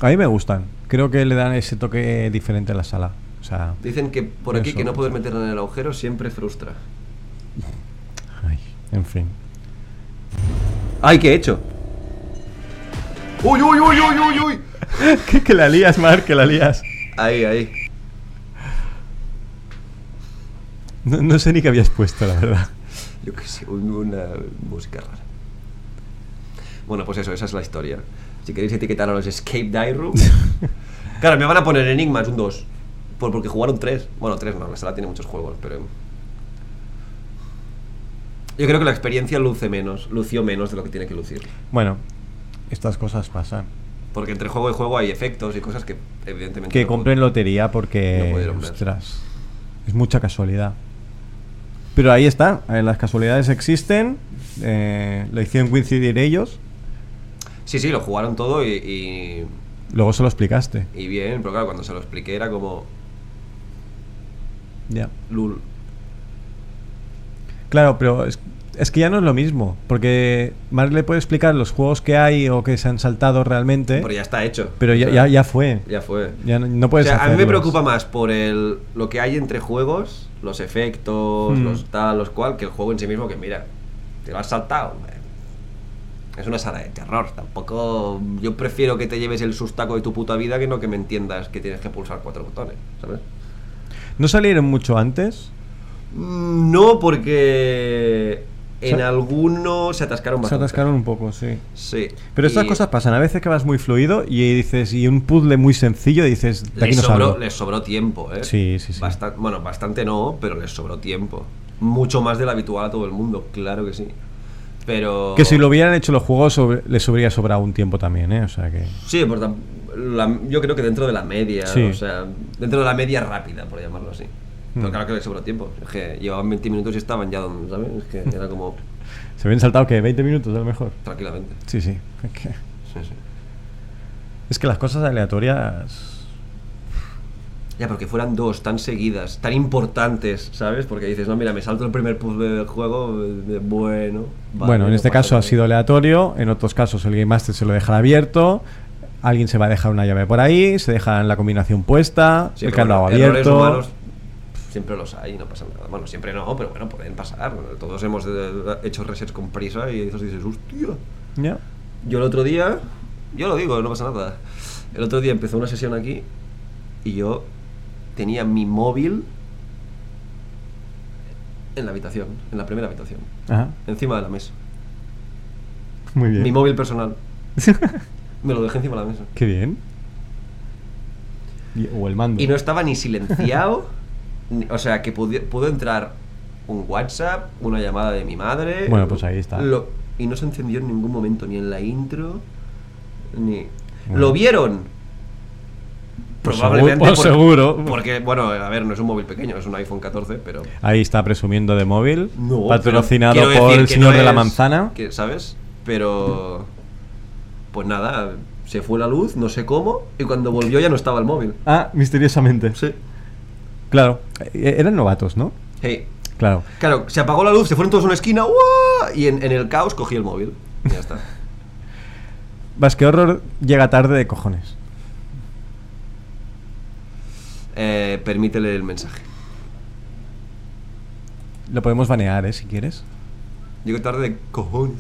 [SPEAKER 3] A mí me gustan. Creo que le dan ese toque diferente a la sala. O sea,
[SPEAKER 2] Dicen que por aquí
[SPEAKER 3] Eso,
[SPEAKER 2] que no poder
[SPEAKER 3] sí.
[SPEAKER 2] meterla en el agujero siempre frustra.
[SPEAKER 3] ay, en fin.
[SPEAKER 2] ¡Ay, qué he hecho! ¡Uy, uy, uy, uy, uy, uy!
[SPEAKER 3] <laughs> que, que la lías, Mark, que la lías.
[SPEAKER 2] Ahí, ahí.
[SPEAKER 3] No, no sé ni qué habías puesto, la verdad.
[SPEAKER 2] yo qué sé, un- una música rara. Bueno, pues eso, esa es la historia. Si queréis etiquetar a los Escape Die
[SPEAKER 3] <laughs>
[SPEAKER 2] Room. claro, me van a poner Enigmas, un 2. Por, porque jugaron 3. Bueno, 3 no, la sala tiene muchos juegos, pero. Yo creo que la experiencia luce menos, lució menos de lo que tiene que lucir.
[SPEAKER 3] Bueno, estas cosas pasan.
[SPEAKER 2] Porque entre juego y juego hay efectos y cosas que evidentemente...
[SPEAKER 3] Que
[SPEAKER 2] no puedo-
[SPEAKER 3] compren lotería porque.
[SPEAKER 2] No pudieron ver.
[SPEAKER 3] ostras. Es mucha casualidad. Pero ahí está. eh, las casualidades existen. eh, lo hicieron coincidir ellos.
[SPEAKER 2] Sí, sí, lo jugaron todo y, y,
[SPEAKER 3] Luego se lo explicaste.
[SPEAKER 2] y bien, pero claro, cuando se lo expliqué era como...
[SPEAKER 3] Ya.
[SPEAKER 2] Lul.
[SPEAKER 3] Claro, pero es, es que ya no es lo mismo. Porque Mark le puede explicar los juegos que hay o que se han saltado realmente.
[SPEAKER 2] Pero ya está hecho.
[SPEAKER 3] ¿Eh? Pero ya,
[SPEAKER 2] O sea,
[SPEAKER 3] ya- ya fue.
[SPEAKER 2] ya fue.
[SPEAKER 3] Ya no, no
[SPEAKER 2] O
[SPEAKER 3] puedes
[SPEAKER 2] sea, a mí me
[SPEAKER 3] hacerlos.
[SPEAKER 2] preocupa más por el, lo que hay entre juegos, los efectos,
[SPEAKER 3] Hmm.
[SPEAKER 2] los tal, los cual, que el juego en sí mismo, que mira, te lo has saltado. hombre. Es una sala de terror, tampoco... Yo prefiero que te lleves el sustaco de tu puta vida que no que me entiendas que tienes que pulsar cuatro botones, ¿sabes?
[SPEAKER 3] ¿No salieron mucho antes?
[SPEAKER 2] Mm, No, porque en
[SPEAKER 3] Se-
[SPEAKER 2] algunos se atascaron
[SPEAKER 3] Se
[SPEAKER 2] bastante.
[SPEAKER 3] atascaron un poco, sí.
[SPEAKER 2] Sí.
[SPEAKER 3] Pero estas
[SPEAKER 2] y
[SPEAKER 3] cosas pasan. A veces que vas muy fluido y dices, y un puzzle muy sencillo, y dices, de aquí
[SPEAKER 2] Les
[SPEAKER 3] no
[SPEAKER 2] sobró,
[SPEAKER 3] salgo.
[SPEAKER 2] les sobró tiempo, ¿eh?
[SPEAKER 3] Sí, sí, sí.
[SPEAKER 2] Basta- bueno, bastante no, pero les sobró tiempo. Mucho más del habitual a todo el mundo, claro que sí. Pero...
[SPEAKER 3] Que si lo hubieran hecho los juegos, sobre- les hubiera sobrado un tiempo también, ¿eh? O sea que.
[SPEAKER 2] Sí, pues tam- la- yo creo que dentro de la media,
[SPEAKER 3] Sí.
[SPEAKER 2] o sea, dentro de la media rápida, por llamarlo así. Pero
[SPEAKER 3] Mm.
[SPEAKER 2] claro que les sobró tiempo. Es que llevaban 20 minutos y estaban ya donde, ¿sabes? Es
[SPEAKER 3] <laughs>
[SPEAKER 2] que era como...
[SPEAKER 3] Se habían saltado que 20 minutos a lo mejor.
[SPEAKER 2] Tranquilamente.
[SPEAKER 3] Sí, sí. Es que,
[SPEAKER 2] Sí, sí.
[SPEAKER 3] es que las cosas aleatorias.
[SPEAKER 2] Ya, pero que fueran dos tan seguidas, tan importantes, ¿sabes? Porque dices, no, mira, me salto el primer puzzle del juego, eh, bueno. vale,
[SPEAKER 3] bueno, en
[SPEAKER 2] no
[SPEAKER 3] este
[SPEAKER 2] pasa
[SPEAKER 3] caso ha
[SPEAKER 2] nada.
[SPEAKER 3] sido aleatorio. En otros casos, el Game Master se lo dejará abierto. Alguien se va a dejar una llave por ahí. Se deja la combinación puesta.
[SPEAKER 2] Sí,
[SPEAKER 3] el
[SPEAKER 2] pero
[SPEAKER 3] candado
[SPEAKER 2] bueno, errores
[SPEAKER 3] abierto.
[SPEAKER 2] humanos, siempre los hay, no pasa nada. Bueno, siempre no, pero bueno, pueden pasar. Todos hemos eh, hecho resets con prisa y entonces dices, hostia.
[SPEAKER 3] Ya.
[SPEAKER 2] Yo el otro día, yo lo digo, no pasa nada. El otro día empezó una sesión aquí y yo tenía mi móvil en la habitación, en la primera habitación,
[SPEAKER 3] Ajá.
[SPEAKER 2] encima de la mesa.
[SPEAKER 3] Muy bien.
[SPEAKER 2] Mi móvil personal. Me lo dejé encima de la mesa.
[SPEAKER 3] <laughs> Qué bien. Y- o el mando.
[SPEAKER 2] Y no estaba ni <laughs> silenciado. ni- o sea, que pudi- pudo entrar un WhatsApp, una llamada de mi madre.
[SPEAKER 3] Bueno, pues ahí está.
[SPEAKER 2] lo- y no se encendió en ningún momento, ni en la intro, ni...
[SPEAKER 3] Bueno.
[SPEAKER 2] ¿Lo vieron?
[SPEAKER 3] Pues
[SPEAKER 2] Probablemente.
[SPEAKER 3] seguro- pues
[SPEAKER 2] porque-
[SPEAKER 3] seguro.
[SPEAKER 2] Porque, bueno, a ver, no es un móvil pequeño, es un iPhone 14, pero...
[SPEAKER 3] Ahí está presumiendo de móvil.
[SPEAKER 2] No,
[SPEAKER 3] patrocinado
[SPEAKER 2] pero quiero
[SPEAKER 3] por
[SPEAKER 2] decir
[SPEAKER 3] el
[SPEAKER 2] que
[SPEAKER 3] señor
[SPEAKER 2] no
[SPEAKER 3] de la
[SPEAKER 2] es-
[SPEAKER 3] manzana.
[SPEAKER 2] que- ¿Sabes? Pero... Pues nada, se fue la luz, no sé cómo, y cuando volvió ya no estaba el móvil.
[SPEAKER 3] Ah, misteriosamente.
[SPEAKER 2] Sí.
[SPEAKER 3] Claro. E- Eran novatos, ¿no?
[SPEAKER 2] Hey.
[SPEAKER 3] Claro.
[SPEAKER 2] Claro, se apagó la luz, se fueron todos a una esquina, ¡guau! y en, en el caos cogí el móvil. Y ya
[SPEAKER 3] <laughs>
[SPEAKER 2] está.
[SPEAKER 3] Basque Horror llega tarde de cojones.
[SPEAKER 2] Eh, permítele el mensaje.
[SPEAKER 3] Lo podemos banear, ¿eh? Si quieres.
[SPEAKER 2] Llego tarde de cojones.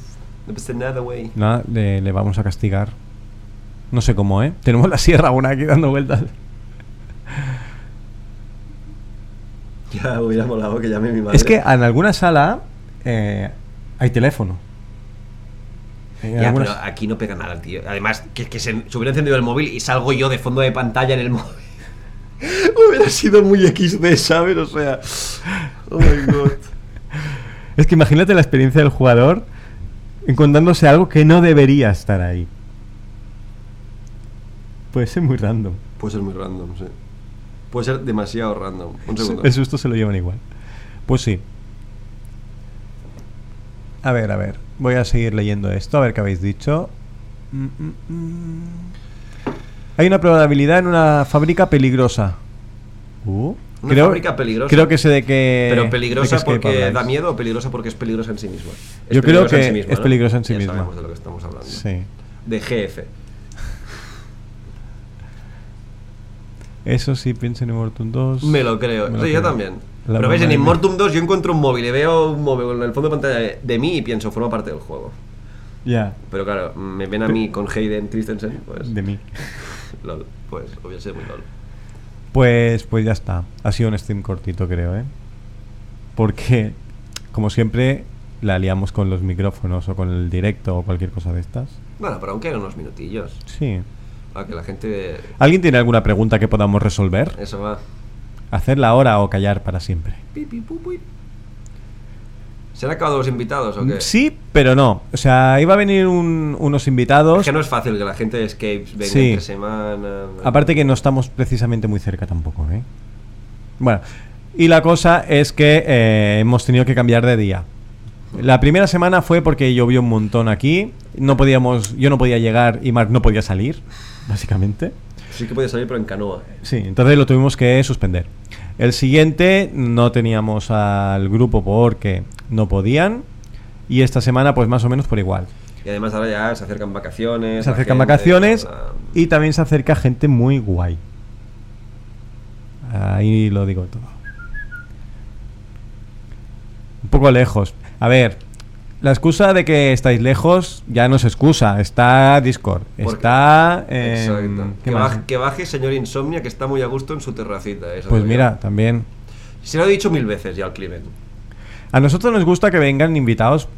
[SPEAKER 2] No pasa nada, güey.
[SPEAKER 3] Nada, le, le vamos a castigar. No sé cómo, ¿eh? Tenemos la sierra aún aquí dando vueltas.
[SPEAKER 2] Ya hubiera molado que llame mi madre.
[SPEAKER 3] Es que en alguna sala eh, hay teléfono. En
[SPEAKER 2] Ya,
[SPEAKER 3] algunas-
[SPEAKER 2] pero aquí no pega nada, tío. Además, que, que se, se hubiera encendido el móvil y salgo yo de fondo de pantalla en el móvil. <laughs> hubiera sido muy XD, ¿sabes? O sea. Oh my
[SPEAKER 3] <laughs>
[SPEAKER 2] god.
[SPEAKER 3] Es que imagínate la experiencia del jugador encontrándose algo que no debería estar ahí. Puede ser muy random.
[SPEAKER 2] Puede ser muy random, sí. Puede ser demasiado random. Un segundo.
[SPEAKER 3] El susto se lo llevan igual. Pues sí. A ver, a ver. Voy a seguir leyendo esto, a ver qué habéis dicho. Mm, mm, mm. Hay una probabilidad en una fábrica peligrosa. Uh,
[SPEAKER 2] Una fábrica peligrosa.
[SPEAKER 3] Creo que sé de qué. Eh, de
[SPEAKER 2] Pero
[SPEAKER 3] qué
[SPEAKER 2] peligrosa
[SPEAKER 3] escape
[SPEAKER 2] porque
[SPEAKER 3] habláis.
[SPEAKER 2] da miedo o peligrosa porque es peligrosa en sí misma. Es
[SPEAKER 3] Yo creo
[SPEAKER 2] peligrosa en
[SPEAKER 3] que es
[SPEAKER 2] ¿no?
[SPEAKER 3] peligrosa en sí
[SPEAKER 2] Ya
[SPEAKER 3] misma.
[SPEAKER 2] sabemos de lo que estamos hablando.
[SPEAKER 3] Sí.
[SPEAKER 2] De GF.
[SPEAKER 3] Eso sí, piensa en Immortum 2.
[SPEAKER 2] Me lo creo.
[SPEAKER 3] Me
[SPEAKER 2] sí,
[SPEAKER 3] lo
[SPEAKER 2] yo
[SPEAKER 3] creo.
[SPEAKER 2] también.
[SPEAKER 3] La
[SPEAKER 2] Pero ves, en
[SPEAKER 3] mamá de-
[SPEAKER 2] Immortum 2 yo encuentro un móvil y veo un móvil en el fondo de pantalla de, de mí y pienso, forma parte del juego.
[SPEAKER 3] Ya,
[SPEAKER 2] Pero claro, me ven a mí con Hayden Christensen, pues.
[SPEAKER 3] de mí.
[SPEAKER 2] lol. Pues, obviamente, muy lol.
[SPEAKER 3] Pues, pues ya está. Ha sido un stream cortito, creo, ¿eh? Porque, como siempre, la liamos con los micrófonos o con el directo o cualquier cosa de estas.
[SPEAKER 2] Bueno, pero aunque eran unos minutillos.
[SPEAKER 3] Sí.
[SPEAKER 2] Para que la gente.
[SPEAKER 3] ¿Alguien tiene alguna pregunta que podamos resolver?
[SPEAKER 2] Eso va.
[SPEAKER 3] ¿Hacerla ahora o callar para siempre?
[SPEAKER 2] Pi, pi, pu, pui. ¿Se han acabado los invitados o qué?
[SPEAKER 3] Sí, pero no. O sea, iba a venir un- unos invitados.
[SPEAKER 2] Es que no es fácil que la gente de Escapes venga
[SPEAKER 3] Sí.
[SPEAKER 2] entre semana.
[SPEAKER 3] Aparte que no estamos precisamente muy cerca tampoco, ¿eh? Bueno, y la cosa es que eh, hemos tenido que cambiar de día. La primera semana fue porque llovió un montón aquí, no podíamos, yo no podía llegar y Mark no podía salir, básicamente.
[SPEAKER 2] Sí que puede salir, pero en canoa.
[SPEAKER 3] Sí, entonces lo tuvimos que suspender. El siguiente no teníamos al grupo porque no podían y esta semana pues más o menos por igual.
[SPEAKER 2] Y además ahora ya se acercan vacaciones.
[SPEAKER 3] Se
[SPEAKER 2] la
[SPEAKER 3] acercan
[SPEAKER 2] gente,
[SPEAKER 3] vacaciones
[SPEAKER 2] ah,
[SPEAKER 3] y también se acerca gente muy guay. Ahí lo digo todo. Un poco lejos. A ver, la excusa de que estáis lejos ya no es excusa. Está Discord.
[SPEAKER 2] Porque-
[SPEAKER 3] Está... eh,
[SPEAKER 2] Exacto.
[SPEAKER 3] ¿qué
[SPEAKER 2] Que,
[SPEAKER 3] más?
[SPEAKER 2] baje, que baje señor Insomnia, que está muy a gusto en su terracita. ¿eh? eso
[SPEAKER 3] Pues
[SPEAKER 2] digo
[SPEAKER 3] mira, también.
[SPEAKER 2] yo. Se lo he dicho mil veces ya al Climen.
[SPEAKER 3] A nosotros nos gusta que vengan invitados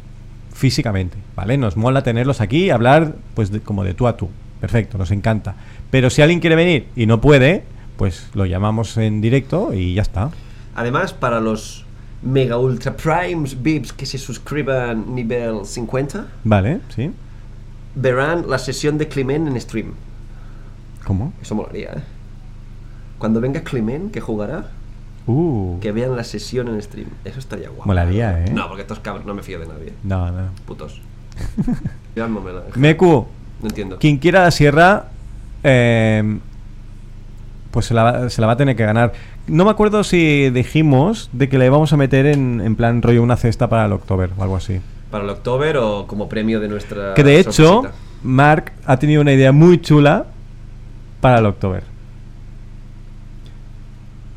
[SPEAKER 3] físicamente, ¿vale? Nos mola tenerlos aquí y hablar, pues, de- como de tú a tú. Perfecto, nos encanta. Pero si alguien quiere venir y no puede, pues lo llamamos en directo y ya está.
[SPEAKER 2] Además, para los Mega Ultra Primes VIPs que se suscriban nivel 50,
[SPEAKER 3] ¿Vale? ¿Sí?
[SPEAKER 2] verán la sesión de Climen en stream.
[SPEAKER 3] ¿Cómo?
[SPEAKER 2] Eso molaría, ¿eh? Cuando venga Climen, que jugará,
[SPEAKER 3] Uh.
[SPEAKER 2] que vean la sesión en stream. Eso estaría guapo.
[SPEAKER 3] Molaría, ¿eh?
[SPEAKER 2] No, porque estos cabros no me fío de nadie.
[SPEAKER 3] No, no. <laughs>
[SPEAKER 2] Putos. Mirad, no me la-
[SPEAKER 3] Meku,
[SPEAKER 2] No entiendo.
[SPEAKER 3] quien quiera la sierra, eh, pues se la, va- se la va a tener que ganar. No me acuerdo si dijimos de que le íbamos a meter en, en plan rollo una cesta para el October o algo así.
[SPEAKER 2] Para el October o como premio de nuestra.
[SPEAKER 3] Que de hecho,
[SPEAKER 2] sorpresita.
[SPEAKER 3] Mark ha tenido una idea muy chula para el October.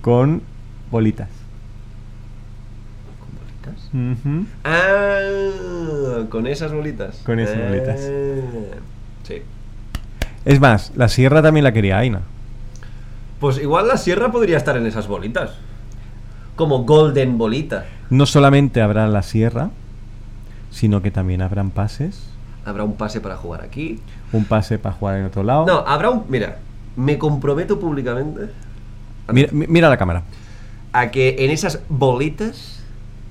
[SPEAKER 3] Con bolitas.
[SPEAKER 2] ¿Con bolitas? Ah, con esas bolitas.
[SPEAKER 3] Con esas
[SPEAKER 2] Ah,
[SPEAKER 3] bolitas.
[SPEAKER 2] Sí.
[SPEAKER 3] Es más, la sierra también la quería Aina.
[SPEAKER 2] Pues igual la sierra podría estar en esas bolitas. Como Golden Bolita.
[SPEAKER 3] No solamente habrá la sierra, sino que también habrán pases.
[SPEAKER 2] Habrá un pase para jugar aquí.
[SPEAKER 3] Un pase para jugar en otro lado.
[SPEAKER 2] No, habrá un. Mira, me comprometo públicamente
[SPEAKER 3] Mira, mi- mira la cámara.
[SPEAKER 2] a que en esas bolitas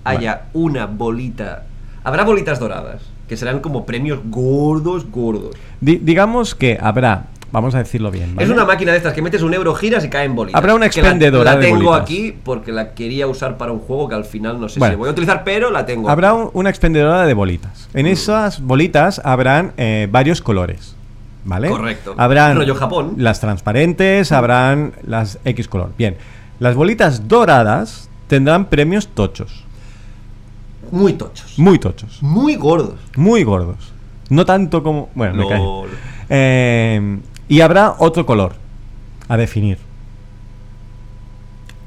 [SPEAKER 2] haya una bolita. Habrá bolitas doradas, que serán como premios gordos, gordos.
[SPEAKER 3] Di- digamos que habrá, vamos a decirlo bien. ¿vale?
[SPEAKER 2] Es una máquina de estas que metes un euro, giras y caen bolitas.
[SPEAKER 3] Habrá una
[SPEAKER 2] Que la-
[SPEAKER 3] expendedora
[SPEAKER 2] La,
[SPEAKER 3] de
[SPEAKER 2] tengo
[SPEAKER 3] bolitas.
[SPEAKER 2] aquí porque la quería usar para un juego que al final no sé
[SPEAKER 3] Bueno.
[SPEAKER 2] si voy a utilizar, pero la tengo.
[SPEAKER 3] Habrá un- una expendedora de bolitas.
[SPEAKER 2] Mm.
[SPEAKER 3] En esas bolitas habrán eh, varios colores. ¿Vale?
[SPEAKER 2] Correcto.
[SPEAKER 3] Habrán
[SPEAKER 2] Rollo Japón.
[SPEAKER 3] las transparentes, habrán las X color. Bien. Las bolitas doradas tendrán premios tochos.
[SPEAKER 2] Muy tochos.
[SPEAKER 3] Muy tochos.
[SPEAKER 2] Muy gordos.
[SPEAKER 3] Muy gordos. No tanto como. Bueno, me callo.
[SPEAKER 2] Lol.
[SPEAKER 3] Eh, y habrá otro color a definir: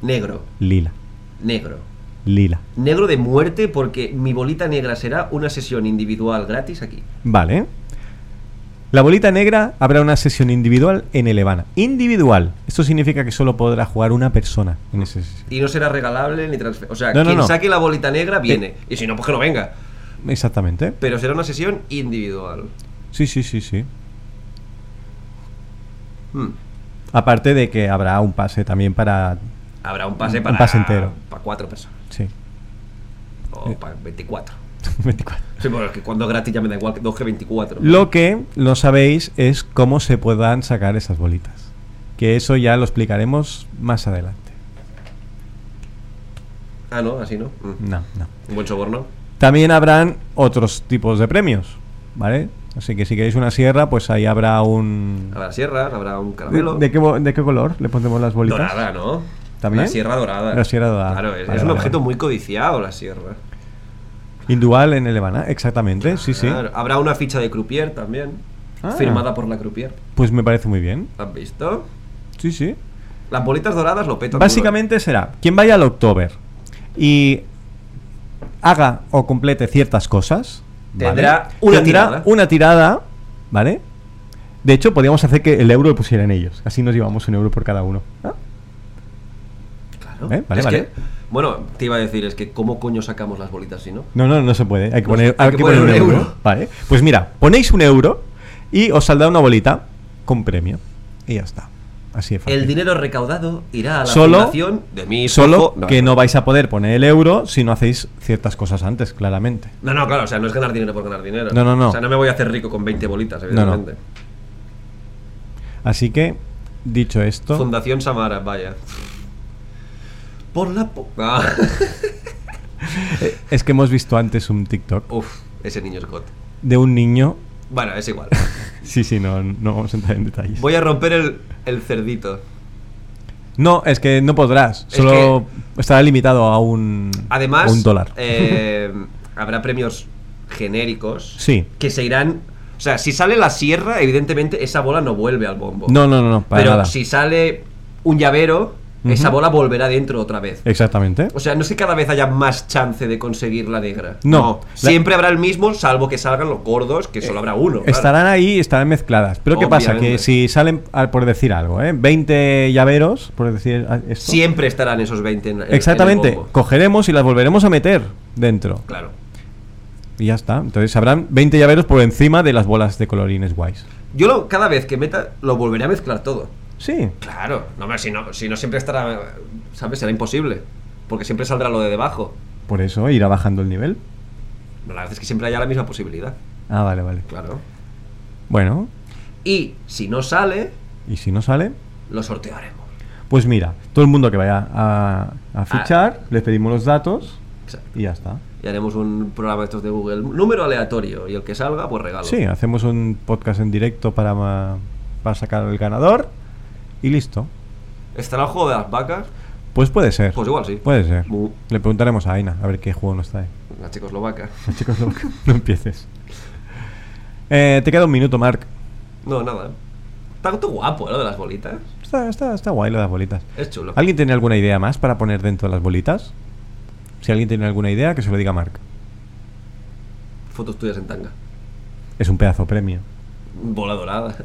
[SPEAKER 2] Negro.
[SPEAKER 3] lila.
[SPEAKER 2] Negro.
[SPEAKER 3] Lila.
[SPEAKER 2] Negro de muerte porque mi bolita negra será una sesión individual gratis aquí.
[SPEAKER 3] Vale. La bolita negra habrá una sesión individual en el Evana. Individual. Esto significa que solo podrá jugar una persona en esa sesión.
[SPEAKER 2] Y no será regalable ni transfer. O sea,
[SPEAKER 3] No, no,
[SPEAKER 2] quien
[SPEAKER 3] no. Eh,
[SPEAKER 2] saque la bolita negra viene. Y si no, pues que no venga.
[SPEAKER 3] Exactamente.
[SPEAKER 2] Pero será una sesión individual.
[SPEAKER 3] Sí, sí, sí, sí.
[SPEAKER 2] Hmm.
[SPEAKER 3] Aparte de que habrá un pase también para.
[SPEAKER 2] Habrá un pase
[SPEAKER 3] Un
[SPEAKER 2] para.
[SPEAKER 3] pase entero.
[SPEAKER 2] Para cuatro personas.
[SPEAKER 3] Sí. <laughs>
[SPEAKER 2] O para 24.
[SPEAKER 3] 24.
[SPEAKER 2] Sí, bueno, es que cuando es gratis ya me da igual que 2G24.
[SPEAKER 3] Lo que no sabéis es cómo se puedan sacar esas bolitas. Que eso ya lo explicaremos más adelante.
[SPEAKER 2] Ah, no, así no. Mm.
[SPEAKER 3] No, no.
[SPEAKER 2] Un buen soborno.
[SPEAKER 3] También habrán otros tipos de premios, ¿vale? Así que si queréis una sierra, pues ahí habrá un...
[SPEAKER 2] Habrá sierras, habrá un caramelo.
[SPEAKER 3] ¿De, de qué, mo- de qué color le pondremos las bolitas?
[SPEAKER 2] dorada, ¿no?
[SPEAKER 3] ¿También?
[SPEAKER 2] La sierra dorada.
[SPEAKER 3] La sierra dorada.
[SPEAKER 2] Claro, es,
[SPEAKER 3] Vale,
[SPEAKER 2] es un
[SPEAKER 3] vale,
[SPEAKER 2] objeto
[SPEAKER 3] vale.
[SPEAKER 2] muy codiciado la sierra.
[SPEAKER 3] Hindual en el Evana, exactamente, sí, sí.
[SPEAKER 2] Claro, Habrá una ficha de croupier también.
[SPEAKER 3] Ah.
[SPEAKER 2] Firmada por la croupier.
[SPEAKER 3] Pues me parece muy bien.
[SPEAKER 2] ¿La ¿Has visto?
[SPEAKER 3] Sí, sí.
[SPEAKER 2] Las bolitas doradas lo petan.
[SPEAKER 3] Básicamente será, quien vaya al October y haga o complete ciertas cosas, ¿vale?
[SPEAKER 2] Tendrá una
[SPEAKER 3] Tendrá
[SPEAKER 2] tirada.
[SPEAKER 3] una tirada, ¿vale? De hecho, podríamos hacer que el euro lo pusieran ellos. Así nos llevamos un euro por cada uno. ¿Ah?
[SPEAKER 2] Claro.
[SPEAKER 3] Eh, vale,
[SPEAKER 2] Es
[SPEAKER 3] vale.
[SPEAKER 2] que- bueno, te iba a decir, es que ¿cómo coño sacamos las bolitas si no?
[SPEAKER 3] No, no, no se puede. Hay
[SPEAKER 2] No
[SPEAKER 3] que
[SPEAKER 2] se-
[SPEAKER 3] poner,
[SPEAKER 2] hay
[SPEAKER 3] hay
[SPEAKER 2] que
[SPEAKER 3] que
[SPEAKER 2] poner
[SPEAKER 3] poner
[SPEAKER 2] un
[SPEAKER 3] un
[SPEAKER 2] euro.
[SPEAKER 3] euro. Vale. Pues mira, ponéis un euro y os saldrá una bolita con premio. Y ya está. Así de fácil.
[SPEAKER 2] El dinero recaudado irá a la
[SPEAKER 3] Solo-
[SPEAKER 2] fundación de mi
[SPEAKER 3] Solo
[SPEAKER 2] hijo.
[SPEAKER 3] que no vais a poder poner el euro si no hacéis ciertas cosas antes, claramente.
[SPEAKER 2] No, no, claro, o sea, no es ganar dinero por ganar dinero.
[SPEAKER 3] No, no, no.
[SPEAKER 2] O sea, no me voy a hacer rico con 20 bolitas,
[SPEAKER 3] no.
[SPEAKER 2] evidentemente.
[SPEAKER 3] Así que, dicho esto,
[SPEAKER 2] Fundación Samara, vaya. Por la po- Ah. <laughs>
[SPEAKER 3] eh, es que hemos visto antes un TikTok
[SPEAKER 2] Uf, ese niño es God.
[SPEAKER 3] de un niño. <laughs>
[SPEAKER 2] Bueno, es igual.
[SPEAKER 3] Sí, sí, no, no vamos a entrar en detalles.
[SPEAKER 2] Voy a romper el, el cerdito.
[SPEAKER 3] No, es que no podrás.
[SPEAKER 2] Es
[SPEAKER 3] Solo estará limitado a un,
[SPEAKER 2] Además,
[SPEAKER 3] a un dólar.
[SPEAKER 2] eh, habrá premios genéricos
[SPEAKER 3] Sí.
[SPEAKER 2] que se irán. O sea, si sale la sierra, evidentemente esa bola no vuelve al bombo.
[SPEAKER 3] <laughs> No, no, no, no, para
[SPEAKER 2] Pero
[SPEAKER 3] nada.
[SPEAKER 2] si sale un llavero, esa
[SPEAKER 3] Ujú. Eh.
[SPEAKER 2] bola volverá dentro otra vez.
[SPEAKER 3] Exactamente.
[SPEAKER 2] O sea, no sé cada vez haya más chance de conseguir la negra.
[SPEAKER 3] No. La- Eh,
[SPEAKER 2] Siempre habrá el mismo, salvo que salgan los gordos, que solo habrá uno. claro.
[SPEAKER 3] Estarán ahí y estarán mezcladas. Pero ¿qué pasa? Que
[SPEAKER 2] Obviamente.
[SPEAKER 3] si salen, al- por decir algo, ¿eh? 20 llaveros, por decir ah, esto.
[SPEAKER 2] Siempre estarán esos 20 en en- en el
[SPEAKER 3] Exactamente.
[SPEAKER 2] bombo.
[SPEAKER 3] cogeremos y las volveremos a meter dentro.
[SPEAKER 2] Claro.
[SPEAKER 3] Y ya está. Entonces habrán 20 llaveros por encima de las bolas de colorines guays.
[SPEAKER 2] Yo lo- cada vez que meta, lo volveré a mezclar todo.
[SPEAKER 3] Sí.
[SPEAKER 2] Claro, no, hombre, si no, si no siempre estará, ¿sabes? Será imposible, porque siempre saldrá lo de debajo.
[SPEAKER 3] Por eso irá bajando el nivel.
[SPEAKER 2] La verdad es que siempre haya la misma posibilidad,
[SPEAKER 3] Ah, vale, vale.
[SPEAKER 2] claro.
[SPEAKER 3] Bueno,
[SPEAKER 2] Y si no sale,
[SPEAKER 3] y si no sale,
[SPEAKER 2] lo sortearemos.
[SPEAKER 3] pues mira, todo el mundo que vaya a,
[SPEAKER 2] Ah.
[SPEAKER 3] a fichar, les pedimos los datos
[SPEAKER 2] Exacto.
[SPEAKER 3] y ya está.
[SPEAKER 2] Y haremos un programa de estos de Google, número aleatorio, y el que salga, pues regalo.
[SPEAKER 3] Sí, hacemos un podcast en directo para, ma- para sacar el ganador y listo.
[SPEAKER 2] ¿Estará el juego de las vacas?
[SPEAKER 3] Pues puede ser.
[SPEAKER 2] Pues igual sí.
[SPEAKER 3] Puede ser.
[SPEAKER 2] Bu-
[SPEAKER 3] Le preguntaremos a Aina a ver qué juego nos trae. <laughs>
[SPEAKER 2] La checoslovaca.
[SPEAKER 3] Chicos, no, no empieces. Eh, te queda un minuto, Mark.
[SPEAKER 2] No, nada. Tanto guapo, ¿no? De las bolitas.
[SPEAKER 3] Está, está, está guay lo de las bolitas.
[SPEAKER 2] Es chulo.
[SPEAKER 3] ¿Alguien tiene alguna idea más para poner dentro de las bolitas? Si alguien tiene alguna idea, que se lo diga a Mark.
[SPEAKER 2] Fotos tuyas en tanga.
[SPEAKER 3] Es un
[SPEAKER 2] <laughs>
[SPEAKER 3] pedazo premio. <laughs>
[SPEAKER 2] Bola dorada.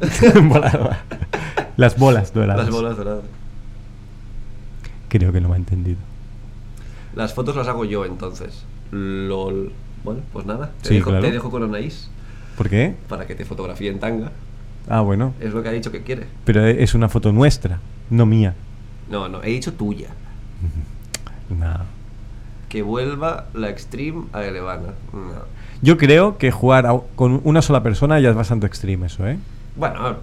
[SPEAKER 3] Bola dorada. Las bolas doradas.
[SPEAKER 2] las bolas doradas.
[SPEAKER 3] Creo que no me ha entendido.
[SPEAKER 2] Las fotos las hago yo entonces. LOL. Bueno, pues nada. Te,
[SPEAKER 3] Sí,
[SPEAKER 2] dejo,
[SPEAKER 3] claro.
[SPEAKER 2] te dejo con Anaís
[SPEAKER 3] ¿Por qué?
[SPEAKER 2] para que te fotografíe en tanga.
[SPEAKER 3] Ah, bueno.
[SPEAKER 2] Es lo que ha dicho que quiere.
[SPEAKER 3] Pero e, es una foto nuestra, no mía.
[SPEAKER 2] No, no, he dicho tuya.
[SPEAKER 3] No.
[SPEAKER 2] Que vuelva la extreme a Elevana. No.
[SPEAKER 3] Yo creo que jugar a- con una sola persona ya es bastante extreme eso, ¿eh?
[SPEAKER 2] Bueno,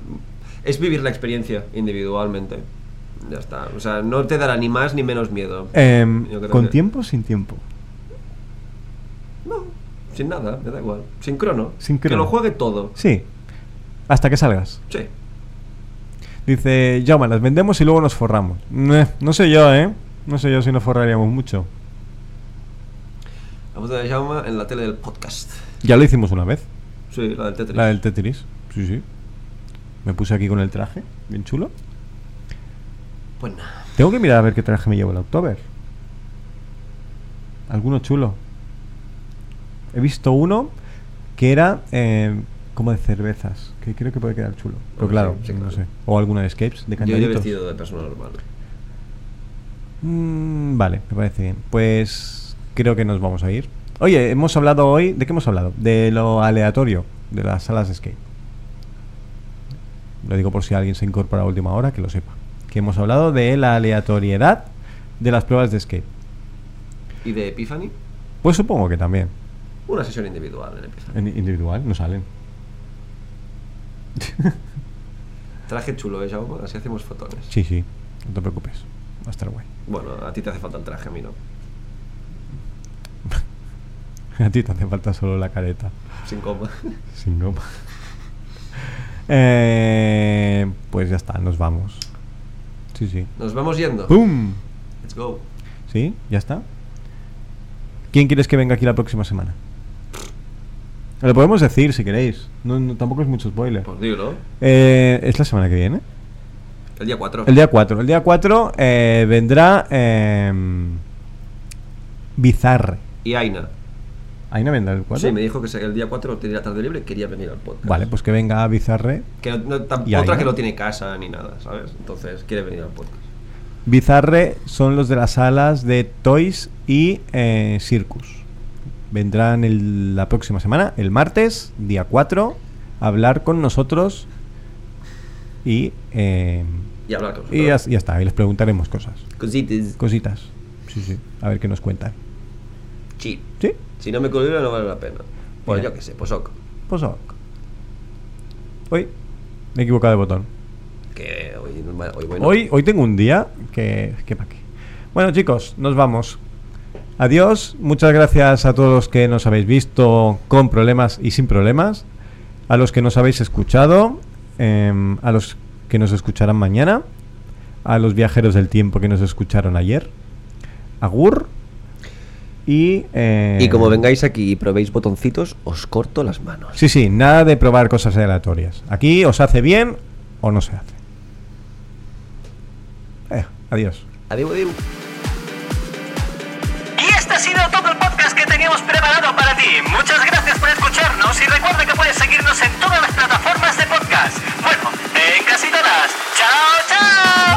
[SPEAKER 2] es vivir la experiencia individualmente. Ya está. O sea, no te dará ni más ni menos miedo.
[SPEAKER 3] Em,
[SPEAKER 2] Yo creo
[SPEAKER 3] ¿Con
[SPEAKER 2] que-
[SPEAKER 3] tiempo o sin tiempo?
[SPEAKER 2] No, sin nada, me da igual. Sin crono.
[SPEAKER 3] Sin
[SPEAKER 2] Que
[SPEAKER 3] crono.
[SPEAKER 2] lo juegue todo.
[SPEAKER 3] Sí. Hasta que salgas.
[SPEAKER 2] Sí.
[SPEAKER 3] Dice, Jaume, las vendemos y luego nos forramos. Neh, no sé yo, ¿eh? No sé yo si nos forraríamos mucho.
[SPEAKER 2] La foto de Jaume en la tele del podcast.
[SPEAKER 3] Ya lo hicimos una vez,
[SPEAKER 2] Sí, la del Tetris.
[SPEAKER 3] la del Tetris. Sí, sí. Me puse aquí con el traje, bien chulo.
[SPEAKER 2] Pues nada.
[SPEAKER 3] Tengo que mirar a ver qué traje me llevo el October. Alguno chulo. He visto uno que era eh, como de cervezas, que creo que puede quedar chulo. Pero
[SPEAKER 2] Hombre,
[SPEAKER 3] claro,
[SPEAKER 2] sí, sí,
[SPEAKER 3] no
[SPEAKER 2] claro.
[SPEAKER 3] sé. O alguna de escapes,
[SPEAKER 2] Yo
[SPEAKER 3] de
[SPEAKER 2] iré
[SPEAKER 3] candaditos.
[SPEAKER 2] vestido de persona normal.
[SPEAKER 3] Mm, vale, me parece bien. Pues creo que nos vamos a ir. Oye, hemos hablado hoy. ¿De qué hemos hablado? De lo aleatorio de las salas de skate. Lo digo por si alguien se incorpora a última hora, que lo sepa. Que hemos hablado de la aleatoriedad de las pruebas de skate.
[SPEAKER 2] ¿Y de Epiphany?
[SPEAKER 3] Pues supongo que también.
[SPEAKER 2] Una sesión individual en Epiphany.
[SPEAKER 3] En individual, no salen. <laughs>
[SPEAKER 2] Traje chulo, ¿eh, Jaume? Así hacemos fotones.
[SPEAKER 3] Sí, sí, no te preocupes. Va a estar guay.
[SPEAKER 2] Bueno, a ti te hace falta el traje, a mí no.
[SPEAKER 3] A ti te hace falta solo la careta.
[SPEAKER 2] Sin coma. <laughs>
[SPEAKER 3] Sin goma. <laughs> Eh, pues ya está, nos vamos. Sí, sí.
[SPEAKER 2] Nos vamos yendo.
[SPEAKER 3] ¡Pum!
[SPEAKER 2] Let's go.
[SPEAKER 3] ¿Sí? ¿Ya está? ¿Quién quieres que venga aquí la próxima semana? Lo podemos decir si queréis. No, no, tampoco es mucho spoiler.
[SPEAKER 2] Pues dilo.
[SPEAKER 3] Eh, ¿Es la semana que viene?
[SPEAKER 2] El día 4.
[SPEAKER 3] El día 4. El día 4 eh, vendrá em, Bizarre.
[SPEAKER 2] Y Aina.
[SPEAKER 3] ¿Ahí no vendrá el 4?
[SPEAKER 2] Sí, me dijo que se- el día 4 tenía la tarde libre y quería venir al podcast.
[SPEAKER 3] Vale, pues que venga Bizarre.
[SPEAKER 2] Que no- no- tam-
[SPEAKER 3] Y
[SPEAKER 2] otra
[SPEAKER 3] Aina.
[SPEAKER 2] que no tiene casa ni nada, ¿sabes? Entonces quiere venir al podcast.
[SPEAKER 3] Bizarre son los de las salas de Toys y eh, Circus. Vendrán el- la próxima semana, el martes, día 4, a hablar con nosotros y eh,
[SPEAKER 2] Y y hablar con
[SPEAKER 3] Y ya,
[SPEAKER 2] nosotros.
[SPEAKER 3] ya está, y les preguntaremos cosas.
[SPEAKER 2] Cositas.
[SPEAKER 3] Cositas. Sí, sí. A ver qué nos cuentan.
[SPEAKER 2] Sí.
[SPEAKER 3] ¿Sí?
[SPEAKER 2] Si no me colibra no vale la pena. Pues
[SPEAKER 3] Mira.
[SPEAKER 2] yo qué sé, pues ok.
[SPEAKER 3] Pues ok. Hoy me he equivocado de botón.
[SPEAKER 2] Que hoy, no- hoy bueno.
[SPEAKER 3] Hoy, hoy tengo un día que, que pa' qué. Bueno, chicos, nos vamos. Adiós. Muchas gracias a todos los que nos habéis visto con problemas y sin problemas. A los que nos habéis escuchado. em, a los que nos escucharán mañana. A los viajeros del tiempo que nos escucharon ayer. Agur. Y, eh,
[SPEAKER 2] Y como vengáis aquí y probéis botoncitos, os corto las manos.
[SPEAKER 3] Sí, sí, nada de probar cosas aleatorias. Aquí os hace bien o no se hace. Eh, adiós.
[SPEAKER 2] Adiós, adiós.
[SPEAKER 1] Y este ha sido todo el podcast que teníamos preparado para ti. Muchas gracias por escucharnos y recuerda que puedes seguirnos en todas las plataformas de podcast. Bueno, en casi todas. ¡Chao, chao!